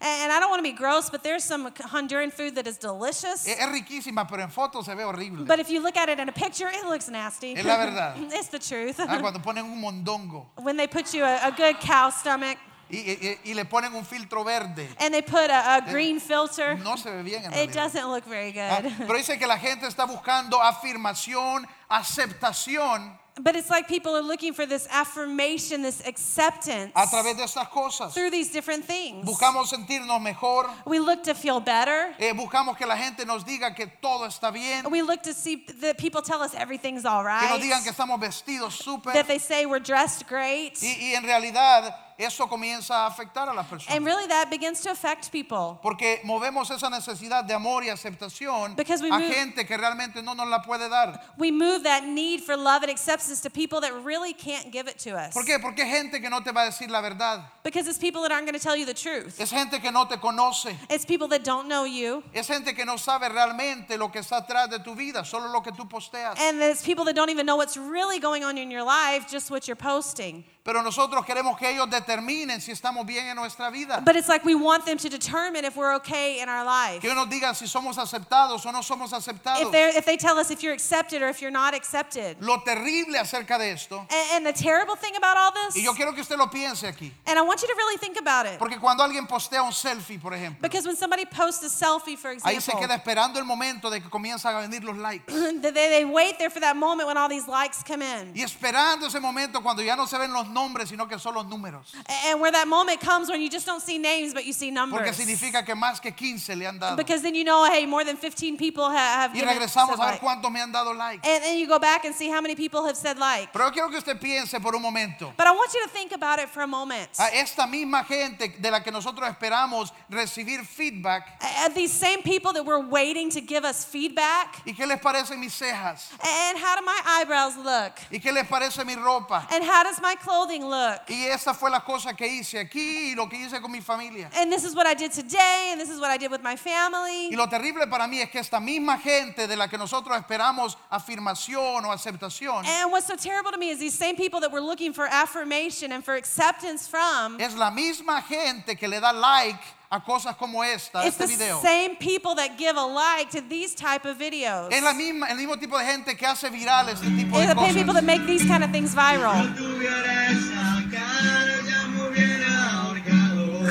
Speaker 2: And, and I don't want to be gross, but there's some Honduran food that is delicious.
Speaker 1: Es, es riquísima, pero en fotos se ve horrible.
Speaker 2: But if you look at it in a picture, it looks nasty.
Speaker 1: Es la verdad.
Speaker 2: [LAUGHS] it's the truth.
Speaker 1: Ah, cuando ponen un mondongo
Speaker 2: [LAUGHS] when they put you a, a good cow stomach
Speaker 1: y, y- y- y le ponen un filtro verde,
Speaker 2: and they put a, a green filter,
Speaker 1: Eh. no se ve
Speaker 2: [LAUGHS]
Speaker 1: bien en
Speaker 2: it
Speaker 1: realidad.
Speaker 2: doesn't look very
Speaker 1: Ah,
Speaker 2: good.
Speaker 1: Pero dice que la gente está buscando afirmación, aceptación
Speaker 2: [LAUGHS] But it's like people are looking for this affirmation, this acceptance
Speaker 1: a través de estas cosas.
Speaker 2: through these different things.
Speaker 1: Buscamos sentirnos mejor,
Speaker 2: We look to feel better.
Speaker 1: eh, buscamos que la gente nos diga que todo está bien,
Speaker 2: We look to see that people tell us everything's all
Speaker 1: que
Speaker 2: right.
Speaker 1: nos digan que estamos vestidos
Speaker 2: that
Speaker 1: súper.
Speaker 2: they say we're dressed great.
Speaker 1: Y, y en realidad eso comienza a afectar a las
Speaker 2: And
Speaker 1: personas.
Speaker 2: really, that begins to affect people.
Speaker 1: Porque movemos esa necesidad de amor y aceptación
Speaker 2: Because we
Speaker 1: a
Speaker 2: move-
Speaker 1: gente que realmente no nos la puede dar.
Speaker 2: We move that need for love and acceptance to people that really can't give it to us.
Speaker 1: ¿Por qué? Porque es gente que no te va a decir la verdad.
Speaker 2: Because it's people that aren't going to tell you the truth.
Speaker 1: Es gente que no te conoce.
Speaker 2: It's people that don't know you.
Speaker 1: Es gente que no sabe realmente lo que está atrás de tu vida, solo lo que tú posteas.
Speaker 2: And it's people that don't even know what's really going on in your life, just what you're posting.
Speaker 1: Pero nosotros queremos que ellos determinen si estamos bien en nuestra vida.
Speaker 2: But it's like we want them to determine if we're okay in our life.
Speaker 1: Que ellos nos digan si somos aceptados o no somos aceptados.
Speaker 2: If, they're- if they tell us if you're accepted or if you're not accepted.
Speaker 1: Lo terrible acerca de esto,
Speaker 2: And, and the terrible thing about all
Speaker 1: y
Speaker 2: this,
Speaker 1: yo quiero que usted lo piense aquí,
Speaker 2: and I want you to really think about it.
Speaker 1: porque cuando alguien postea un selfie, por ejemplo,
Speaker 2: Because when somebody posts a selfie, for
Speaker 1: ahí se
Speaker 2: example,
Speaker 1: queda esperando el momento de que comienzan a venir los
Speaker 2: [LAUGHS]
Speaker 1: likes.
Speaker 2: they, they wait there for that moment when all these likes come in.
Speaker 1: Y esperando ese momento cuando ya no se ven los nombres, sino que son los números.
Speaker 2: And where that moment comes when you just don't see names, but you see numbers.
Speaker 1: Porque significa que más que 15 le han dado.
Speaker 2: Because then you know, hey, more than 15 people ha- have.
Speaker 1: Y
Speaker 2: given
Speaker 1: regresamos
Speaker 2: said
Speaker 1: a ver
Speaker 2: like.
Speaker 1: cuántos me han dado like.
Speaker 2: And then you go back and see how many people have said like.
Speaker 1: Pero yo quiero que usted piense por un momento.
Speaker 2: But I want you to think about it for a moment.
Speaker 1: A esta misma gente de la que nosotros esperamos recibir feedback.
Speaker 2: At these same people that were waiting to give us feedback.
Speaker 1: ¿Y qué les parecen mis cejas?
Speaker 2: And how do my eyebrows look?
Speaker 1: ¿Y qué les parece mi ropa?
Speaker 2: And how does my clothing look?
Speaker 1: Y esa fue la cosa que hice aquí y lo que hice con mi familia.
Speaker 2: And this is what I did today, and this is what I did with my
Speaker 1: Y
Speaker 2: family.
Speaker 1: lo terrible para mí es que esta misma gente de la que nosotros esperamos afirmación o aceptación
Speaker 2: And what's so terrible to me is these same people that we're looking for affirmation and for acceptance from,
Speaker 1: es la misma gente que le da like a cosas como esta, a
Speaker 2: it's
Speaker 1: este
Speaker 2: the
Speaker 1: video.
Speaker 2: same people that give a like to these type of videos.
Speaker 1: Es la misma, el mismo tipo de gente que hace viral este tipo
Speaker 2: It's
Speaker 1: de
Speaker 2: the same people
Speaker 1: cosas.
Speaker 2: that make these kind of things viral.
Speaker 3: Si no tuviera esa cara ya me hubiera ahorcado.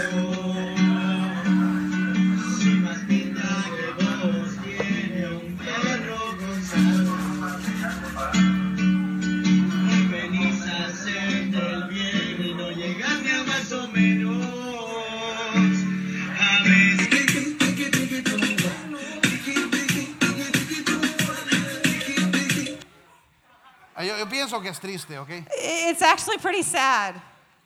Speaker 3: Si más pinta que vos tiene un perro con sal. Y venís a hacer del bien y no llegas ni a más o menos. A veces.
Speaker 1: Ah, Yo, yo pienso que es triste, ¿ok?
Speaker 2: It's actually pretty sad.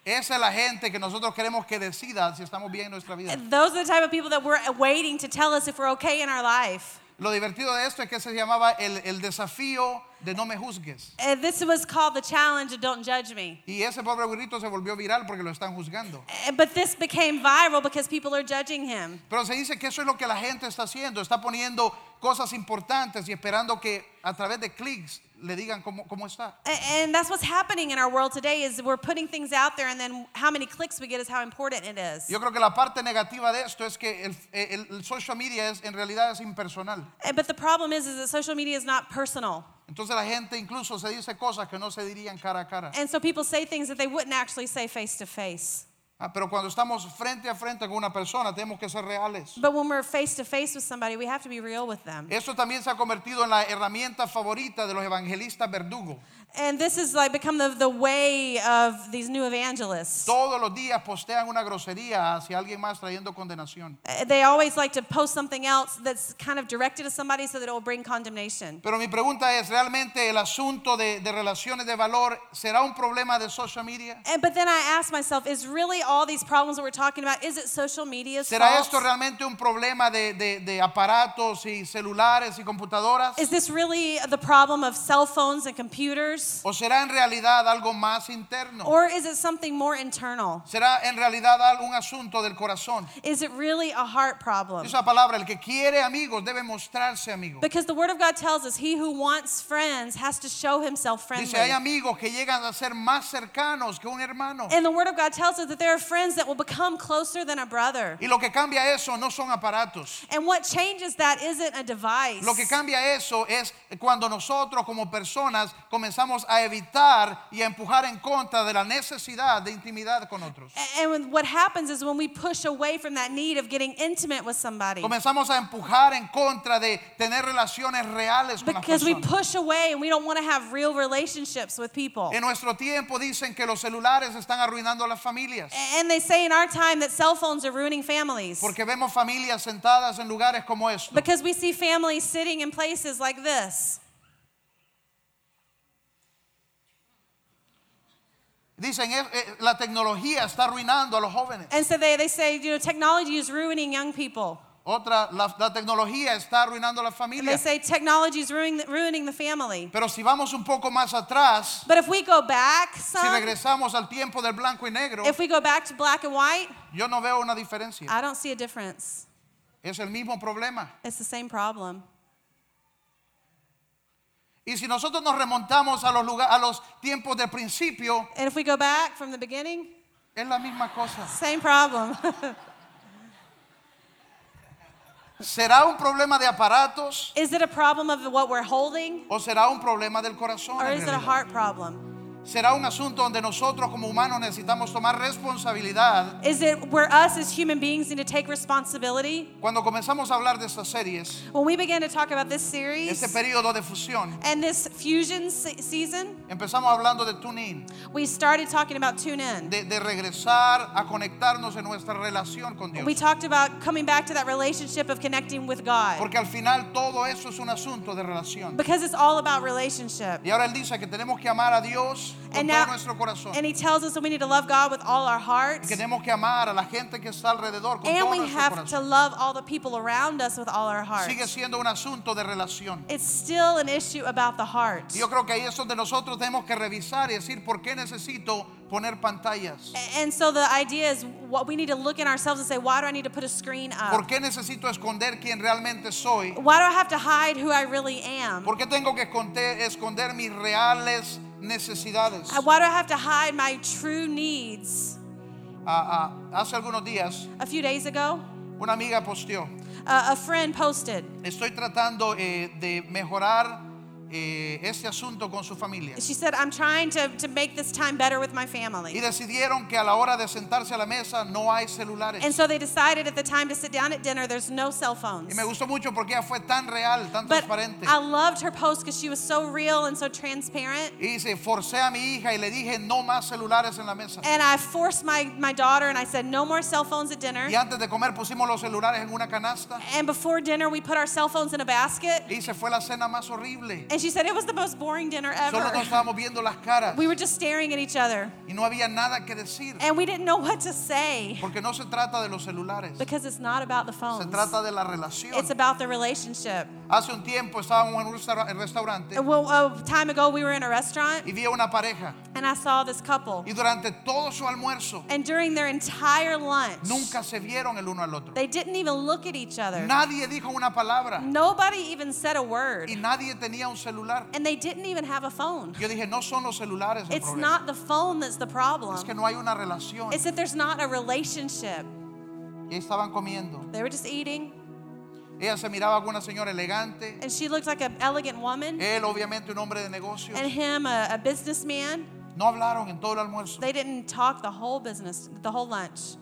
Speaker 1: Esa es la gente que nosotros queremos que decida si estamos bien en nuestra vida.
Speaker 2: Those are the type of people that we're waiting to tell us if we're okay in our life.
Speaker 1: Lo divertido de esto es que se llamaba el, el desafío de no me juzgues.
Speaker 2: And Uh, this was called the challenge of don't judge me.
Speaker 1: Y ese pobre burrito se volvió viral porque lo están juzgando.
Speaker 2: Eh, But this became viral because people are judging him.
Speaker 1: Pero se dice que eso es lo que la gente está haciendo. Está poniendo cosas importantes y esperando que a través de clics le digan cómo, cómo está.
Speaker 2: A- And that's what's happening in our world today is we're putting things out there and then how many clicks we get is how important it is.
Speaker 1: Yo creo que la parte negativa de esto es que el, el- el social media es, en realidad es impersonal.
Speaker 2: Eh, But the problem is is that social media is not personal.
Speaker 1: Entonces la gente incluso se dice cosas que no se dirían cara a cara.
Speaker 2: And so people say things that they wouldn't actually say face to face.
Speaker 1: Ah, pero cuando estamos frente a frente con una persona tenemos que ser reales.
Speaker 2: But when we're face to face with somebody, we have to be real with them.
Speaker 1: Esto también se ha convertido en la herramienta favorita de los evangelistas verdugo.
Speaker 2: And this has like become the, the way of these new evangelists.
Speaker 1: Todos los días postean una grosería hacia alguien más trayendo condenación.
Speaker 2: Uh, They always like to post something else that's kind of directed to somebody so that it will bring condemnation.
Speaker 1: Pero mi pregunta es, ¿realmente el asunto de, de relaciones de valor será un problema de social media?
Speaker 2: And, but then I ask myself, is really all these problems that we're talking about, is it social media's
Speaker 1: ¿Será
Speaker 2: fault?
Speaker 1: esto realmente un problema de, de- de aparatos y celulares y computadoras?
Speaker 2: Is this really the problem of cell phones and computers?
Speaker 1: ¿O será en realidad algo más interno?
Speaker 2: Or is it something more internal?
Speaker 1: ¿Será en realidad algún asunto del corazón?
Speaker 2: Is it really a heart problem?
Speaker 1: Esa palabra, el que quiere amigos debe mostrarse amigo.
Speaker 2: Because the Word of God tells us, he who wants friends has to show himself friendly.
Speaker 1: Dice, hay amigos que llegan a ser más cercanos que un hermano.
Speaker 2: And the Word of God tells us that there are friends that will become closer than a brother.
Speaker 1: Y lo que cambia eso no son aparatos.
Speaker 2: And what changes that isn't a device.
Speaker 1: Lo que cambia eso es cuando nosotros como personas comenzamos a evitar y a empujar en contra de la necesidad de intimidad con otros.
Speaker 2: A- And when- what happens is when we push away from that need of getting intimate with somebody.
Speaker 1: Comenzamos a empujar en contra de tener relaciones reales con las
Speaker 2: Because we
Speaker 1: personas.
Speaker 2: push away and we don't want to have real relationships with people.
Speaker 1: En nuestro tiempo dicen que los celulares están arruinando a las familias.
Speaker 2: And they say in our time that cell phones are ruining families.
Speaker 1: Porque vemos familias sentadas en lugares como estos.
Speaker 2: Because we see families sitting in places like this.
Speaker 1: Dicen, "Eh, eh, la tecnología está arruinando a los jóvenes.
Speaker 2: And so they, they say, you know, technology is ruining young people.
Speaker 1: Otra, la, la tecnología está arruinando a las
Speaker 2: And they
Speaker 1: familias.
Speaker 2: say technology is ruining the, ruining the family.
Speaker 1: Pero si vamos un poco más atrás,
Speaker 2: But if we go back
Speaker 1: si
Speaker 2: some,
Speaker 1: regresamos al tiempo del blanco y negro,
Speaker 2: Ah. if Ah. we go back to black and white,
Speaker 1: yo no veo una diferencia.
Speaker 2: I don't see a difference.
Speaker 1: Es el mismo problema.
Speaker 2: It's the same problem.
Speaker 1: Y si nosotros nos remontamos a los, lugar- a los tiempos del principio,
Speaker 2: And if we go back from the beginning,
Speaker 1: es la misma cosa.
Speaker 2: same problem. [LAUGHS]
Speaker 1: ¿Será un problema de aparatos
Speaker 2: is it a problem of what we're holding
Speaker 1: o será un problema del corazón?
Speaker 2: or
Speaker 1: en
Speaker 2: is it a
Speaker 1: realidad?
Speaker 2: heart problem?
Speaker 1: será un asunto donde nosotros como humanos necesitamos tomar responsabilidad.
Speaker 2: Is it where us as human beings need to take responsibility?
Speaker 1: Cuando comenzamos a hablar de estas series,
Speaker 2: When we began to talk about this series
Speaker 1: este periodo de fusión,
Speaker 2: and this fusion se- season,
Speaker 1: empezamos hablando de tuning,
Speaker 2: we started talking about tune in.
Speaker 1: de, de regresar a conectarnos en nuestra relación con Dios.
Speaker 2: We talked about coming back to that relationship of connecting with God
Speaker 1: Porque al final todo eso es un asunto de relación.
Speaker 2: because it's all about relationship.
Speaker 1: Y ahora él dice que tenemos que amar a Dios con
Speaker 2: And
Speaker 1: todo
Speaker 2: now-
Speaker 1: nuestro corazón.
Speaker 2: And He tells us that we need to love God with all our
Speaker 1: Y
Speaker 2: hearts.
Speaker 1: que tenemos que amar a la gente que está alrededor con
Speaker 2: And
Speaker 1: todo
Speaker 2: we
Speaker 1: nuestro
Speaker 2: have to
Speaker 1: corazón.
Speaker 2: love all the people around us with all our
Speaker 1: Sigue
Speaker 2: hearts.
Speaker 1: siendo un asunto de relación.
Speaker 2: It's still an issue about the heart.
Speaker 1: Y Yo creo que ahí es donde nosotros tenemos que revisar y decir por qué necesito poner pantallas.
Speaker 2: And so the idea is what we need to look in ourselves and say, why do I need to put a screen
Speaker 1: ¿Por
Speaker 2: up?
Speaker 1: qué necesito esconder quién realmente soy?
Speaker 2: Why do I have to hide who I really am?
Speaker 1: ¿Por qué tengo que esconder, esconder mis reales necesidades?
Speaker 2: Uh, Why do I have to hide my true needs?
Speaker 1: Ah, ah, hace algunos días
Speaker 2: A few days ago,
Speaker 1: una amiga posteó,
Speaker 2: uh, a friend posted,
Speaker 1: estoy tratando eh, de mejorar eh, este asunto con su familia.
Speaker 2: she said, I'm trying to, to make this time better with my
Speaker 1: Y
Speaker 2: family.
Speaker 1: decidieron que a la hora de sentarse a la mesa no hay celulares.
Speaker 2: And so they decided at the time to sit down at dinner, there's no cell
Speaker 1: Y
Speaker 2: phones.
Speaker 1: me gustó mucho porque ella fue tan real, tan
Speaker 2: But
Speaker 1: transparente.
Speaker 2: I loved her post because she was so real and so transparent.
Speaker 1: Y dice, forcé a mi hija y le dije no más celulares en la mesa.
Speaker 2: And I forced my, my daughter and I said, no more cell phones at dinner.
Speaker 1: Y antes de comer pusimos los celulares en una canasta.
Speaker 2: And before dinner, we put our cell phones in a basket.
Speaker 1: Y se fue la cena más horrible.
Speaker 2: And she said, it was the most boring dinner
Speaker 1: Solo nos
Speaker 2: ever.
Speaker 1: estábamos viendo las caras
Speaker 2: We were just staring at each other.
Speaker 1: y no había nada que decir.
Speaker 2: And we didn't know what to say
Speaker 1: Porque no se trata de los celulares, se
Speaker 2: because it's not about the phones,
Speaker 1: trata de la relación.
Speaker 2: it's about the relationship.
Speaker 1: Hace un tiempo estábamos en un restaura- en restaurante
Speaker 2: Well, a time ago, we were in a restaurant
Speaker 1: y vi a una pareja.
Speaker 2: and I saw this couple.
Speaker 1: Y durante todo su almuerzo
Speaker 2: And during their entire lunch,
Speaker 1: nunca se vieron el uno al otro.
Speaker 2: they didn't even look at each other.
Speaker 1: Nadie dijo una palabra
Speaker 2: Nobody even said a word.
Speaker 1: y nadie tenía un celular.
Speaker 2: And they didn't even have a phone.
Speaker 1: Yo dije, no son los celulares el
Speaker 2: It's
Speaker 1: problema.
Speaker 2: not the phone that's the problem.
Speaker 1: Es que no hay una relación.
Speaker 2: It's that there's not a relationship.
Speaker 1: Y ahí estaban comiendo.
Speaker 2: They were just eating,
Speaker 1: Ella se miraba como una señora elegante.
Speaker 2: and she looked like an elegant woman,
Speaker 1: Él, obviamente, un hombre de negocios.
Speaker 2: and him a, a businessman.
Speaker 1: No hablaron en todo el almuerzo.
Speaker 2: They didn't talk the whole business, the whole lunch.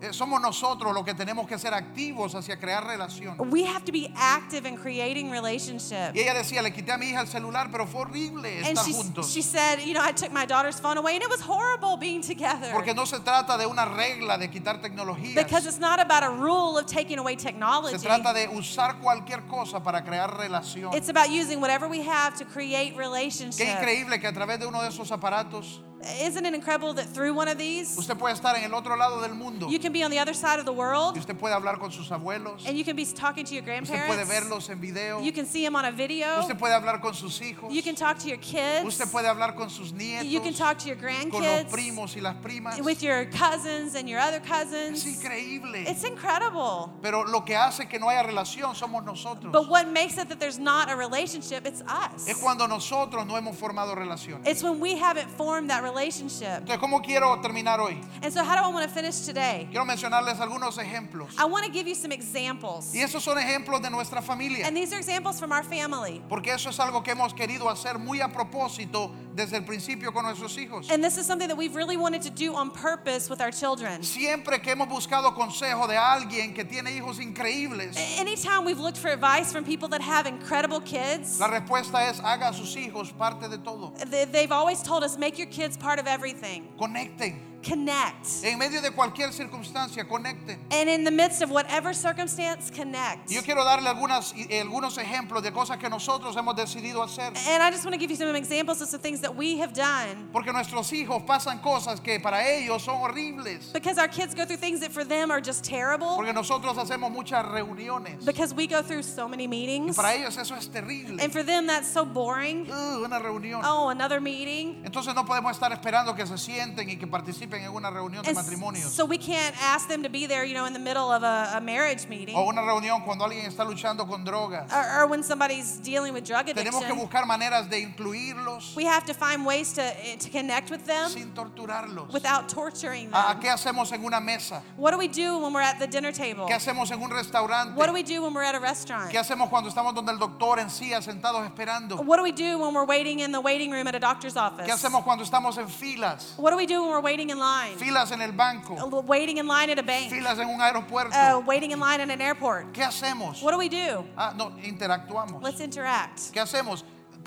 Speaker 1: Eh, Somos nosotros los que tenemos que ser activos hacia crear relación.
Speaker 2: We have to be active in creating relationship.
Speaker 1: Y ella decía, le quité a mi hija el celular, pero fue horrible
Speaker 2: And
Speaker 1: estar
Speaker 2: she,
Speaker 1: juntos.
Speaker 2: she said, you know, I took my daughter's phone away, and it was horrible being together.
Speaker 1: Porque no se trata de una regla de quitar tecnología.
Speaker 2: Because it's not about a rule of taking away
Speaker 1: Se
Speaker 2: technology.
Speaker 1: trata de usar cualquier cosa para crear relación.
Speaker 2: It's about using whatever we have to create
Speaker 1: Qué
Speaker 2: relationship.
Speaker 1: increíble que a través de uno de esos aparatos
Speaker 2: Isn't it incredible that through one of these,
Speaker 1: usted puede estar en el otro lado del mundo
Speaker 2: you can be on the other side of the world
Speaker 1: y usted puede hablar con sus abuelos,
Speaker 2: And you can be talking to your
Speaker 1: usted puede
Speaker 2: grandparents.
Speaker 1: verlos en video,
Speaker 2: You can see them on a video.
Speaker 1: usted puede hablar con sus hijos,
Speaker 2: You can talk to your kids.
Speaker 1: usted puede hablar con sus
Speaker 2: You can
Speaker 1: nietos,
Speaker 2: talk to your
Speaker 1: con los
Speaker 2: grandkids.
Speaker 1: primos y las primas.
Speaker 2: With your cousins and your other
Speaker 1: Es
Speaker 2: cousins.
Speaker 1: increíble.
Speaker 2: It's incredible.
Speaker 1: Pero lo que hace que no haya relación somos nosotros.
Speaker 2: But what makes it that there's not a relationship? It's us.
Speaker 1: Es cuando nosotros no hemos formado relaciones.
Speaker 2: It's when we haven't formed that relationship.
Speaker 1: Entonces, ¿cómo quiero terminar hoy?
Speaker 2: And so, how do I want to finish today?
Speaker 1: Quiero mencionarles algunos ejemplos.
Speaker 2: I want to give you some examples.
Speaker 1: Y esos son ejemplos de nuestra familia.
Speaker 2: And these are examples from our family.
Speaker 1: Porque eso es algo que hemos querido hacer muy a propósito desde el principio con nuestros hijos.
Speaker 2: And this is something that we've really wanted to do on purpose with our children.
Speaker 1: Siempre que hemos buscado consejo de alguien que tiene hijos increíbles,
Speaker 2: Anytime we've looked for advice from people that have incredible kids,
Speaker 1: la respuesta es haga a sus hijos parte de todo.
Speaker 2: they- they've always told us make your kids part of everything.
Speaker 1: Conecten.
Speaker 2: Connect.
Speaker 1: En medio de cualquier circunstancia, conecten.
Speaker 2: And in the midst of whatever circumstance, connect.
Speaker 1: Y Yo quiero darle algunas, y- eh, algunos ejemplos de cosas que nosotros hemos decidido hacer.
Speaker 2: And I just want to give you some examples of some things that we have done
Speaker 1: Porque nuestros hijos pasan cosas que para ellos son horribles.
Speaker 2: because our kids go through things that for them are just terrible
Speaker 1: Porque nosotros hacemos muchas reuniones.
Speaker 2: because we go through so many
Speaker 1: Y
Speaker 2: meetings.
Speaker 1: para ellos eso es terrible.
Speaker 2: And for them, that's so boring.
Speaker 1: Uh, una reunión.
Speaker 2: Oh, another meeting.
Speaker 1: Entonces no podemos estar esperando que se sienten y que participen participen en una reunión de
Speaker 2: And
Speaker 1: matrimonios
Speaker 2: so we can't ask them to be there, you know, in the middle of a, a marriage meeting
Speaker 1: o una reunión cuando alguien está luchando con drogas.
Speaker 2: or, or when somebody's dealing with drug
Speaker 1: Tenemos que
Speaker 2: addiction.
Speaker 1: buscar maneras de incluirlos
Speaker 2: We have to find ways to, eh, to connect with them
Speaker 1: sin torturarlos.
Speaker 2: without torturing
Speaker 1: ¿A a
Speaker 2: them.
Speaker 1: Ah, qué hacemos en una mesa?
Speaker 2: What do we do when we're at the dinner table?
Speaker 1: ¿Qué hacemos en un
Speaker 2: What do
Speaker 1: restaurante?
Speaker 2: we do when we're at a restaurant?
Speaker 1: ¿Qué hacemos cuando estamos donde el doctor en silla sentados esperando?
Speaker 2: What do we do when we're waiting in the waiting room at a doctor's
Speaker 1: ¿Qué
Speaker 2: office?
Speaker 1: hacemos cuando estamos en filas?
Speaker 2: What do we do when we're waiting in line?
Speaker 1: Filas en el banco,
Speaker 2: Uh, Waiting in line at a bank?
Speaker 1: filas en un aeropuerto.
Speaker 2: Uh, waiting in line at an airport?
Speaker 1: ¿Qué hacemos?
Speaker 2: What do we do?
Speaker 1: Ah, no, interactuamos.
Speaker 2: Let's interact.
Speaker 1: ¿Qué hacemos?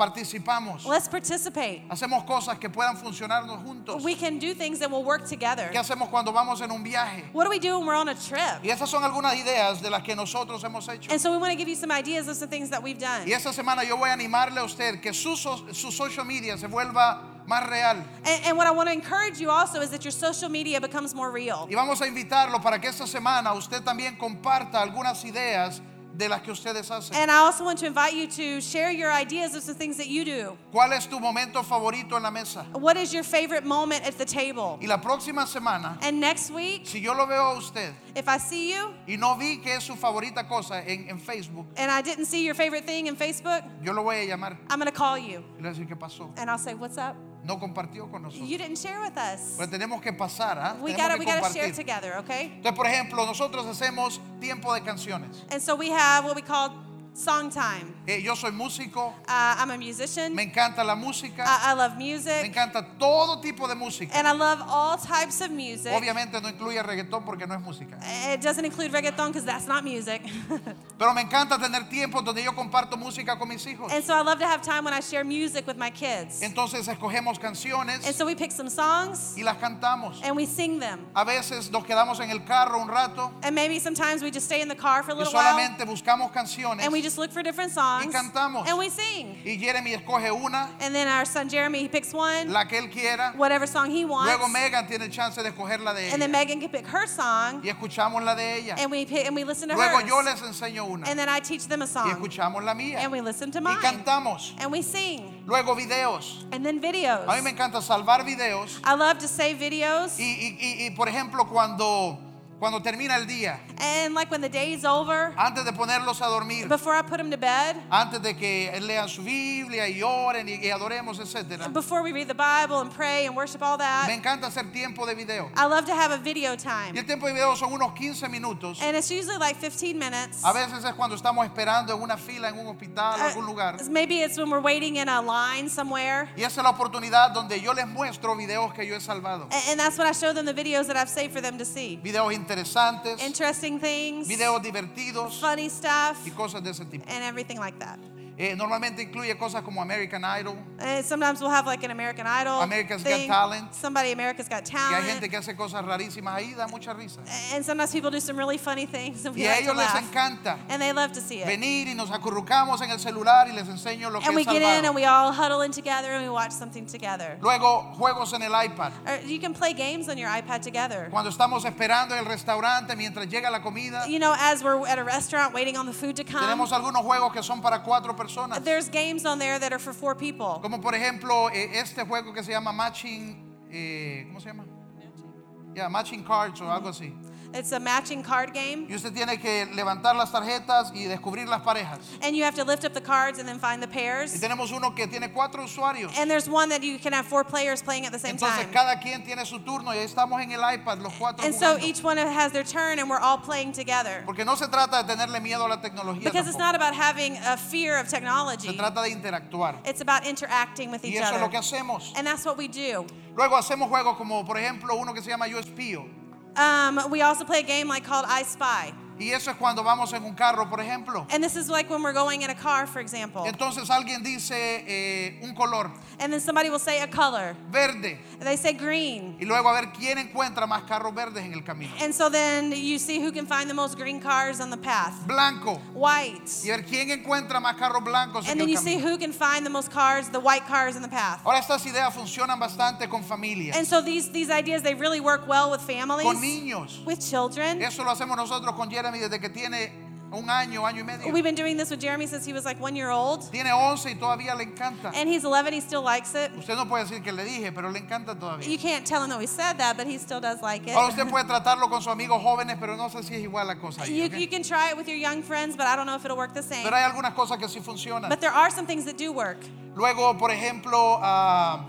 Speaker 1: Participamos.
Speaker 2: Let's participate.
Speaker 1: Hacemos cosas que puedan funcionarnos juntos.
Speaker 2: We can do things that will work together.
Speaker 1: ¿Qué hacemos cuando vamos en un viaje?
Speaker 2: What do we do when we're on a
Speaker 1: Y
Speaker 2: trip?
Speaker 1: esas son algunas ideas de las que nosotros hemos hecho.
Speaker 2: And so we want to give you some ideas of some things that we've done.
Speaker 1: Y esta semana yo voy a animarle a usted que su, so- su social media se vuelva más real.
Speaker 2: And, and what I want to encourage you also is that your social media becomes more real.
Speaker 1: Y vamos a invitarlo para que esta semana usted también comparta algunas ideas de las que ustedes hacen.
Speaker 2: And I also want to invite you to share your ideas of some things that you do.
Speaker 1: ¿Cuál es tu momento favorito en la mesa?
Speaker 2: What is your favorite moment at the table?
Speaker 1: Y la próxima semana,
Speaker 2: And next week,
Speaker 1: si yo lo veo a usted
Speaker 2: if I see you
Speaker 1: y no vi que es su favorita cosa en, en Facebook,
Speaker 2: and I didn't see your favorite thing in Facebook,
Speaker 1: yo lo voy a llamar
Speaker 2: I'm going to call you
Speaker 1: y le voy a decir qué pasó.
Speaker 2: and I'll say, What's up?
Speaker 1: No compartió con nosotros.
Speaker 2: You didn't share with us.
Speaker 1: Pero tenemos que pasar, ¿ah?
Speaker 2: We
Speaker 1: Tenemos
Speaker 2: got
Speaker 1: que
Speaker 2: to we got to share
Speaker 1: compartir.
Speaker 2: together, okay?
Speaker 1: Entonces, por ejemplo, nosotros hacemos tiempo de canciones.
Speaker 2: And so we have what we call song time.
Speaker 1: Eh, yo soy músico,
Speaker 2: Uh, I'm a musician.
Speaker 1: me encanta la música,
Speaker 2: I, I love
Speaker 1: me
Speaker 2: music,
Speaker 1: encanta todo tipo de música.
Speaker 2: and I love all types of music.
Speaker 1: Obviamente no incluye reggaetón porque no es música.
Speaker 2: It doesn't include reggaeton because that's not music. [LAUGHS]
Speaker 1: Pero me encanta tener tiempos donde yo comparto música con mis hijos.
Speaker 2: and so I love to have time when I share music with my kids.
Speaker 1: Entonces escogemos
Speaker 2: And
Speaker 1: canciones
Speaker 2: so we pick some songs
Speaker 1: y las cantamos.
Speaker 2: and we sing them.
Speaker 1: A veces nos quedamos en el carro un rato
Speaker 2: And maybe sometimes we just stay in the car for a
Speaker 1: y
Speaker 2: little while
Speaker 1: solamente buscamos canciones.
Speaker 2: and we just look for different songs
Speaker 1: cantamos.
Speaker 2: and we sing.
Speaker 1: Y Jeremy escoge una,
Speaker 2: And then our son Jeremy, he picks one,
Speaker 1: la que él quiera.
Speaker 2: whatever song he wants.
Speaker 1: Luego Megan tiene chance de escoger la de
Speaker 2: and then
Speaker 1: ella.
Speaker 2: Megan can pick her song
Speaker 1: Y escuchamos la de ella.
Speaker 2: and we pick, and we listen to
Speaker 1: Luego
Speaker 2: hers.
Speaker 1: yo les enseño una.
Speaker 2: and then I teach them a
Speaker 1: Y
Speaker 2: song
Speaker 1: escuchamos la mía.
Speaker 2: and we listen to
Speaker 1: Y
Speaker 2: mine
Speaker 1: cantamos.
Speaker 2: and we sing
Speaker 1: Luego videos.
Speaker 2: and then videos.
Speaker 1: A mí me encanta salvar videos.
Speaker 2: I love to save videos.
Speaker 1: Y, y- y- y, por ejemplo, cuando, cuando termina el día,
Speaker 2: And like when the day's over,
Speaker 1: antes de ponerlos a dormir,
Speaker 2: before I put them to bed,
Speaker 1: antes de que lean su Biblia y oren y, y adoremos, etc.
Speaker 2: before we read the Bible and pray and worship all
Speaker 1: Me
Speaker 2: that,
Speaker 1: encanta hacer tiempo de video.
Speaker 2: I love to have a video
Speaker 1: Y
Speaker 2: time.
Speaker 1: el tiempo de video son unos 15 minutos.
Speaker 2: And it's usually like 15 minutes.
Speaker 1: A veces es cuando estamos esperando en una fila, en un hospital, en
Speaker 2: Uh,
Speaker 1: algún lugar.
Speaker 2: maybe it's when we're waiting in a line somewhere.
Speaker 1: Y esa es la oportunidad donde yo les muestro videos que yo he salvado.
Speaker 2: A- And that's when I show them the videos that I've saved for them to see.
Speaker 1: Videos interesantes,
Speaker 2: Interesting things,
Speaker 1: videos divertidos
Speaker 2: funny stuff,
Speaker 1: y cosas de ese tipo.
Speaker 2: and everything like that.
Speaker 1: Eh, normalmente incluye cosas como American Idol.
Speaker 2: And sometimes we'll have like an American Idol.
Speaker 1: America's Got
Speaker 2: thing.
Speaker 1: Talent.
Speaker 2: Somebody America's Got
Speaker 1: Y
Speaker 2: Talent.
Speaker 1: hay gente que hace cosas rarísimas ahí, da mucha risa.
Speaker 2: And sometimes people do some really funny things and we
Speaker 1: Y a
Speaker 2: like to
Speaker 1: ellos les
Speaker 2: laugh.
Speaker 1: encanta
Speaker 2: And they love to see it.
Speaker 1: venir y nos acurrucamos en el celular y les enseño lo que
Speaker 2: and we
Speaker 1: es
Speaker 2: get in and
Speaker 1: salvado.
Speaker 2: we all huddle in together and we watch something together.
Speaker 1: Luego, juegos en el iPad.
Speaker 2: Or you can play games on your iPad together.
Speaker 1: Cuando estamos esperando en el restaurante mientras llega la comida,
Speaker 2: You know, as we're at a restaurant waiting on the food to come,
Speaker 1: tenemos algunos juegos que son para cuatro personas.
Speaker 2: there's games on there that are for four people.
Speaker 1: Como por ejemplo eh, este juego que se llama Matching, eh, ¿cómo se llama? Ya, Matching Cards o algo así.
Speaker 2: It's a matching card
Speaker 1: Y
Speaker 2: game.
Speaker 1: usted tiene que levantar las tarjetas y descubrir las parejas.
Speaker 2: And you have to lift up the cards and then find the
Speaker 1: Y
Speaker 2: pairs.
Speaker 1: tenemos uno que tiene cuatro usuarios.
Speaker 2: And there's one that you can have four players playing at the same
Speaker 1: Entonces
Speaker 2: time.
Speaker 1: cada quien tiene su turno y ahí estamos en el iPad los cuatro.
Speaker 2: And so
Speaker 1: jugando.
Speaker 2: each one has their turn and we're all playing together.
Speaker 1: Porque no se trata de tenerle miedo a la tecnología.
Speaker 2: Because it's
Speaker 1: tampoco.
Speaker 2: not about having a fear of
Speaker 1: se
Speaker 2: technology.
Speaker 1: trata de interactuar.
Speaker 2: It's about interacting with
Speaker 1: Y
Speaker 2: each
Speaker 1: eso es lo que
Speaker 2: other.
Speaker 1: hacemos.
Speaker 2: And that's what we do.
Speaker 1: Luego hacemos juegos como por ejemplo uno que se llama Yo espío.
Speaker 2: Um, we also play a game like called I Spy.
Speaker 1: Y eso es cuando vamos en un carro, por ejemplo.
Speaker 2: And this is like when we're going in a car, for example.
Speaker 1: Entonces alguien dice eh, un color,
Speaker 2: And then somebody will say a color.
Speaker 1: verde.
Speaker 2: And They say green.
Speaker 1: Y luego a ver quién encuentra más carros verdes en el camino.
Speaker 2: And so then you see who can find the most green cars on the path.
Speaker 1: Blanco. Y
Speaker 2: White.
Speaker 1: a ver quién encuentra más carros blancos en
Speaker 2: And then
Speaker 1: el
Speaker 2: you see
Speaker 1: camino.
Speaker 2: who can find the most cars, the white cars in the path.
Speaker 1: Ahora estas ideas funcionan bastante con familias,
Speaker 2: And so these these ideas they really work well with
Speaker 1: con
Speaker 2: families,
Speaker 1: niños.
Speaker 2: with children.
Speaker 1: Eso lo hacemos nosotros con Jeremy desde que tiene un año, año y medio.
Speaker 2: We've been doing this with Jeremy since he was like one year old,
Speaker 1: Tiene 11 y todavía le encanta.
Speaker 2: and he's 11. He still likes it.
Speaker 1: Usted no puede decir que le dije, pero le encanta
Speaker 2: You
Speaker 1: todavía.
Speaker 2: can't tell him that we said that, but he still does like
Speaker 1: Ahora
Speaker 2: it.
Speaker 1: usted puede tratarlo con sus amigos jóvenes, pero no sé si es igual la cosa. ahí,
Speaker 2: You,
Speaker 1: ¿ok?
Speaker 2: you can try it with your young friends, but I don't know if it'll work the same.
Speaker 1: Pero hay algunas cosas que sí funcionan.
Speaker 2: But there are some things that do work.
Speaker 1: Luego, por ejemplo, ah,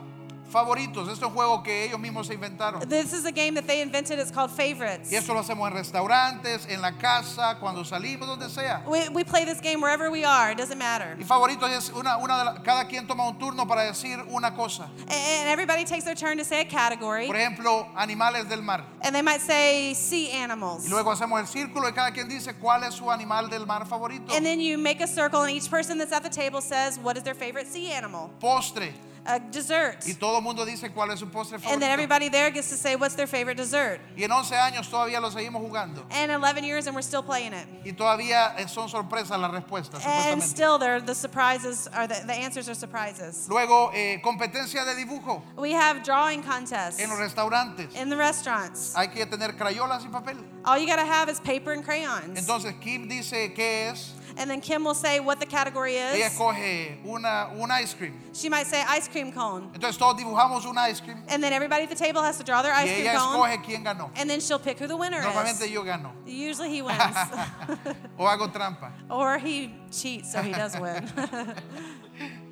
Speaker 1: favoritos. Este es un juego que ellos mismos se inventaron.
Speaker 2: This is a game that they invented. It's called Favorites.
Speaker 1: Y eso lo hacemos en restaurantes, en la casa, cuando salimos, donde sea.
Speaker 2: We, we play this game wherever we are. It doesn't matter.
Speaker 1: Y favoritos es una, una de la- cada quien toma un turno para decir una cosa.
Speaker 2: And, and everybody takes their turn to say a category.
Speaker 1: Por ejemplo, animales del mar.
Speaker 2: And they might say sea
Speaker 1: Y
Speaker 2: animals.
Speaker 1: luego hacemos el círculo y cada quien dice cuál es su animal del mar favorito.
Speaker 2: And then you make a circle, and each person that's at the table says what is their favorite sea animal,
Speaker 1: Postre.
Speaker 2: a dessert.
Speaker 1: Y todo el mundo dice cuál es su postre
Speaker 2: And then
Speaker 1: favorito.
Speaker 2: everybody there gets to say what's their favorite dessert.
Speaker 1: Y en 11 años todavía lo seguimos jugando.
Speaker 2: And 11 years, and we're still playing it.
Speaker 1: Y todavía eh, son sorpresas las respuestas, supuestamente.
Speaker 2: And still, there the surprises are the, the answers are surprises.
Speaker 1: Luego, eh, competencia de dibujo
Speaker 2: We have drawing contests
Speaker 1: en los restaurantes.
Speaker 2: in the restaurants.
Speaker 1: Hay que tener crayolas y papel.
Speaker 2: All you gotta have is paper and crayons.
Speaker 1: Entonces Kim dice qué es.
Speaker 2: And then Kim will say what the category
Speaker 1: Ella
Speaker 2: is.
Speaker 1: escoge una, un ice cream.
Speaker 2: She might say ice cream cone.
Speaker 1: Entonces todos dibujamos un ice cream
Speaker 2: And then everybody at the table has to draw their
Speaker 1: y
Speaker 2: ice cream
Speaker 1: ella
Speaker 2: cone.
Speaker 1: escoge quién ganó.
Speaker 2: And then she'll pick who the winner
Speaker 1: Normalmente
Speaker 2: is.
Speaker 1: yo gano
Speaker 2: Usually he wins. [LAUGHS]
Speaker 1: o hago trampa.
Speaker 2: or he cheats, so he does win. [LAUGHS]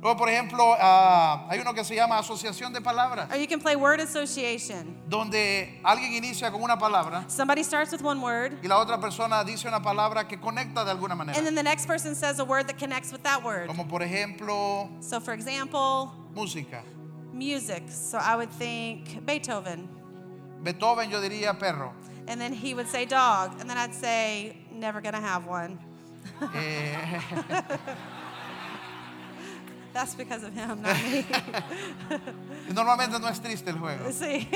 Speaker 1: Luego, por ejemplo, ah, hay uno que se llama asociación de palabras,
Speaker 2: or you can play word association.
Speaker 1: donde alguien inicia con una palabra
Speaker 2: Somebody starts with one word,
Speaker 1: y la otra persona dice una palabra que conecta de alguna
Speaker 2: and
Speaker 1: manera.
Speaker 2: then the next person says a word that connects with that word.
Speaker 1: Como por ejemplo,
Speaker 2: So, for example,
Speaker 1: música.
Speaker 2: music. So I would think Beethoven.
Speaker 1: Beethoven yo diría perro.
Speaker 2: And then he would say dog. And then I'd say, never gonna have one.
Speaker 1: Eh,
Speaker 2: That's because of him, not me. [LAUGHS]
Speaker 1: normalmente no es triste el juego.
Speaker 2: See?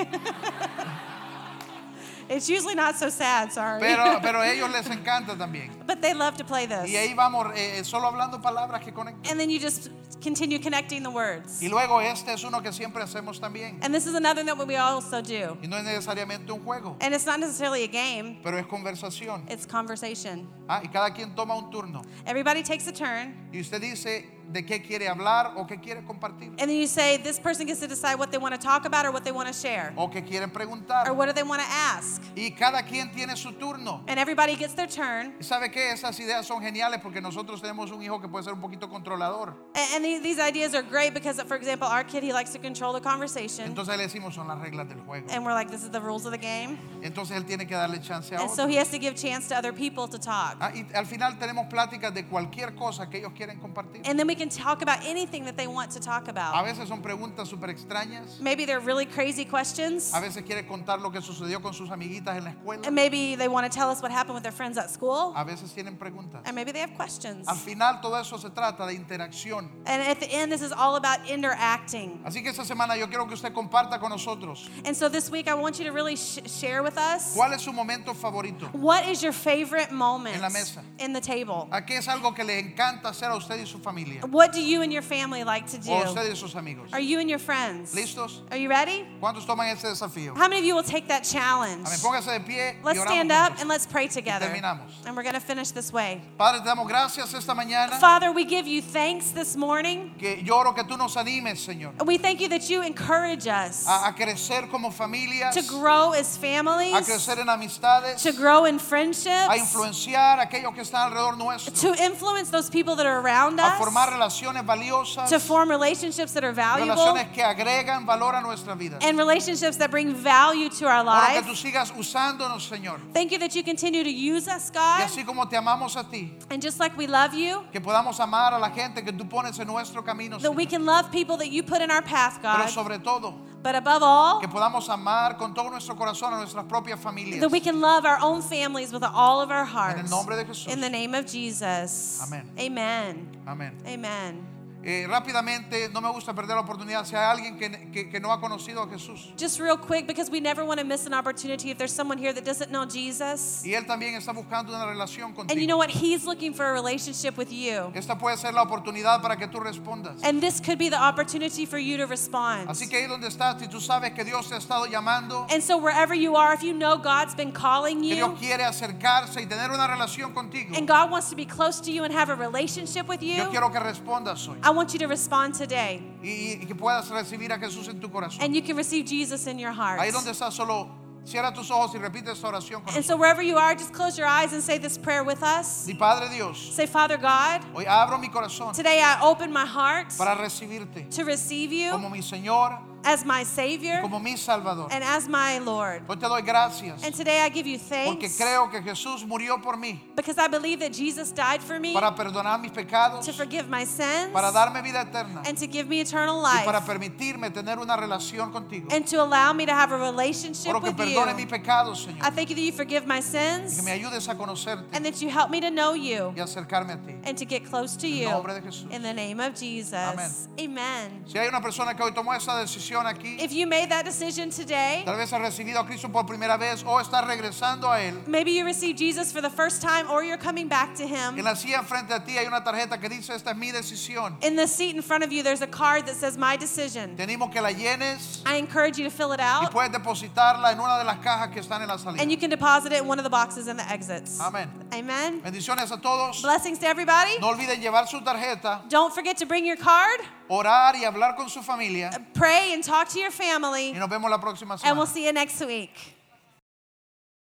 Speaker 2: it's usually not so sad, sorry. [LAUGHS]
Speaker 1: Pero, pero a ellos les encanta también.
Speaker 2: but they love to play this.
Speaker 1: Y ahí vamos eh, solo hablando palabras que conectan.
Speaker 2: And then you just continue connecting the words.
Speaker 1: Y luego este es uno que siempre hacemos también.
Speaker 2: And this is another that we also do.
Speaker 1: Y no es necesariamente un juego,
Speaker 2: And it's not necessarily a game,
Speaker 1: pero es conversación.
Speaker 2: it's conversation.
Speaker 1: Ah, y cada quien toma un turno.
Speaker 2: Everybody takes a turn,
Speaker 1: Y usted dice de qué quiere hablar o qué quiere compartir
Speaker 2: and then you say, this person gets to decide what they want to talk about or what they want to share
Speaker 1: o qué quiere
Speaker 2: or
Speaker 1: preguntar.
Speaker 2: what do they want to ask.
Speaker 1: Y cada quien tiene su turno.
Speaker 2: And everybody gets their turn.
Speaker 1: ¿Y sabe qué? Esas ideas son geniales porque nosotros tenemos un hijo que puede ser un poquito controlador.
Speaker 2: A- And the- these ideas are great because, for example, our kid, he likes to control the conversation.
Speaker 1: Entonces le decimos son las reglas del juego.
Speaker 2: And we're like, this is the rules of the game.
Speaker 1: Entonces él tiene que darle chance a
Speaker 2: And so
Speaker 1: otro.
Speaker 2: he has to give chance to other people to talk.
Speaker 1: Ah, y al final tenemos pláticas de cualquier cosa que ellos quieren compartir.
Speaker 2: And then we can talk about anything that they want to talk
Speaker 1: A
Speaker 2: about.
Speaker 1: veces son preguntas súper extrañas.
Speaker 2: Maybe they're really crazy questions.
Speaker 1: A veces quiere contar lo que sucedió con sus amiguitas en la escuela.
Speaker 2: And maybe they want to tell us what happened with their friends at school.
Speaker 1: A veces tienen preguntas.
Speaker 2: And maybe they have questions.
Speaker 1: Al final todo eso se trata de interacción.
Speaker 2: And at the end, this is all about interacting.
Speaker 1: Así que esta semana yo quiero que usted comparta con nosotros
Speaker 2: And so this week, I want you to really sh- share with us
Speaker 1: cuál es su momento favorito.
Speaker 2: what is your favorite moment
Speaker 1: En la mesa.
Speaker 2: in the table?
Speaker 1: ¿A qué es algo que le encanta hacer a usted y su familia?
Speaker 2: What do you and your family like to
Speaker 1: O a
Speaker 2: do?
Speaker 1: usted y sus amigos.
Speaker 2: Are you and your friends?
Speaker 1: ¿Listos?
Speaker 2: Are you ready?
Speaker 1: ¿Cuántos toman este desafío?
Speaker 2: How many of you will take that challenge?
Speaker 1: Amén. Póngase de pie y
Speaker 2: Let's
Speaker 1: oramos
Speaker 2: stand up
Speaker 1: juntos.
Speaker 2: and let's pray together.
Speaker 1: terminamos.
Speaker 2: And we're going to finish this way.
Speaker 1: Padre, te damos gracias esta mañana.
Speaker 2: Father, we give you thanks this morning.
Speaker 1: Que yo oro que tú nos animes, Señor,
Speaker 2: We thank you that you encourage us
Speaker 1: a, a crecer como familias,
Speaker 2: to grow as families,
Speaker 1: Ah, a crecer en amistades,
Speaker 2: to grow in
Speaker 1: a
Speaker 2: friendships,
Speaker 1: influenciar a aquellos que están alrededor nuestro,
Speaker 2: to influence those people that are around
Speaker 1: a formar
Speaker 2: us,
Speaker 1: relaciones valiosas,
Speaker 2: to form relationships that are valuable
Speaker 1: relaciones que agregan valor a nuestra vida.
Speaker 2: and relationships that bring value to our
Speaker 1: Oro que tú
Speaker 2: lives.
Speaker 1: sigas usándonos, Señor.
Speaker 2: Thank you that you continue to use us,
Speaker 1: Y
Speaker 2: God.
Speaker 1: así como te amamos a ti,
Speaker 2: And just like we love you,
Speaker 1: que podamos amar a la gente que tú pones en nuestro camino,
Speaker 2: that we
Speaker 1: Señor.
Speaker 2: can love people that you put in our path,
Speaker 1: Pero
Speaker 2: God.
Speaker 1: sobre todo,
Speaker 2: But above all,
Speaker 1: que podamos amar con todo nuestro corazón a nuestras propias familias.
Speaker 2: that we can love our own families with all of our hearts.
Speaker 1: nombre de Jesús.
Speaker 2: In the name of Jesus.
Speaker 1: Amén.
Speaker 2: Amen.
Speaker 1: Amén.
Speaker 2: Amen.
Speaker 1: Eh, rápidamente, no me gusta perder la oportunidad. Si hay alguien que, que- que no ha conocido a Jesús
Speaker 2: Just real quick, because we never want to miss an opportunity. If there's someone here that doesn't know Jesus,
Speaker 1: y él también está buscando una relación contigo,
Speaker 2: and you know what? He's looking for a relationship with you.
Speaker 1: esta puede ser la oportunidad para que tú respondas.
Speaker 2: And this could be the opportunity for you to respond.
Speaker 1: Así que ahí donde estás, si tú sabes que Dios te ha estado llamando,
Speaker 2: And so, wherever you are, if you know God's been calling
Speaker 1: que Dios
Speaker 2: you,
Speaker 1: quiere acercarse y tener una relación contigo,
Speaker 2: and God wants to be close to you and have a relationship with
Speaker 1: yo
Speaker 2: you,
Speaker 1: quiero que respondas hoy
Speaker 2: I want you to respond today.
Speaker 1: y, y que puedas recibir a Jesús en tu corazón.
Speaker 2: And you can receive Jesus in your heart.
Speaker 1: Ahí donde estás, solo cierra tus ojos y repite esta oración con
Speaker 2: And
Speaker 1: nosotros.
Speaker 2: so, wherever you are, just close your eyes and say this prayer with us.
Speaker 1: Mi Padre Dios,
Speaker 2: Say, Father God,
Speaker 1: hoy abro mi corazón
Speaker 2: today I open my heart
Speaker 1: para recibirte
Speaker 2: to receive
Speaker 1: como
Speaker 2: you
Speaker 1: mi Señor,
Speaker 2: as my Savior
Speaker 1: como mi Salvador.
Speaker 2: and as my Lord.
Speaker 1: Hoy te doy gracias
Speaker 2: And today I give you
Speaker 1: porque
Speaker 2: thanks
Speaker 1: creo que Jesús murió por mí
Speaker 2: because I believe that Jesus died for me
Speaker 1: para perdonar mis pecados,
Speaker 2: to forgive my sins
Speaker 1: para darme vida eterna
Speaker 2: and to give me eternal
Speaker 1: y para
Speaker 2: life
Speaker 1: permitirme tener una relación contigo.
Speaker 2: and to allow me to have a relationship
Speaker 1: Por lo que
Speaker 2: with you.
Speaker 1: perdone mis pecados,
Speaker 2: I
Speaker 1: Señor.
Speaker 2: thank you that you forgive my
Speaker 1: Y
Speaker 2: sins
Speaker 1: que me ayudes a conocerte
Speaker 2: and that you help me to know you
Speaker 1: y acercarme a ti.
Speaker 2: and to get close to you.
Speaker 1: nombre de Jesús.
Speaker 2: In the name of Jesus. Amen.
Speaker 1: Si hay una persona que hoy tomó esa decisión aquí,
Speaker 2: If you made that decision today,
Speaker 1: tal vez ha recibido a Cristo por primera vez o está regresando a Él,
Speaker 2: maybe you received Jesus for the first time or you're coming back to
Speaker 1: en
Speaker 2: Him.
Speaker 1: la silla frente a ti hay una tarjeta que dice, esta es mi decisión.
Speaker 2: In the seat in front of you, there's a card that says My Decision.
Speaker 1: Te animo que la llenes
Speaker 2: I encourage you to fill it
Speaker 1: y
Speaker 2: out
Speaker 1: puedes depositarla en una de las cajas que están en la
Speaker 2: and
Speaker 1: salida.
Speaker 2: you can deposit it in one of the boxes in the exits.
Speaker 1: Amén.
Speaker 2: Amen.
Speaker 1: Bendiciones a todos.
Speaker 2: Blessings to everybody.
Speaker 1: No olviden llevar su tarjeta,
Speaker 2: Don't forget to bring your card,
Speaker 1: orar y hablar con su familia.
Speaker 2: pray, and talk to your
Speaker 1: Y
Speaker 2: family.
Speaker 1: nos vemos la próxima
Speaker 2: And we'll
Speaker 1: semana.
Speaker 2: see you next week.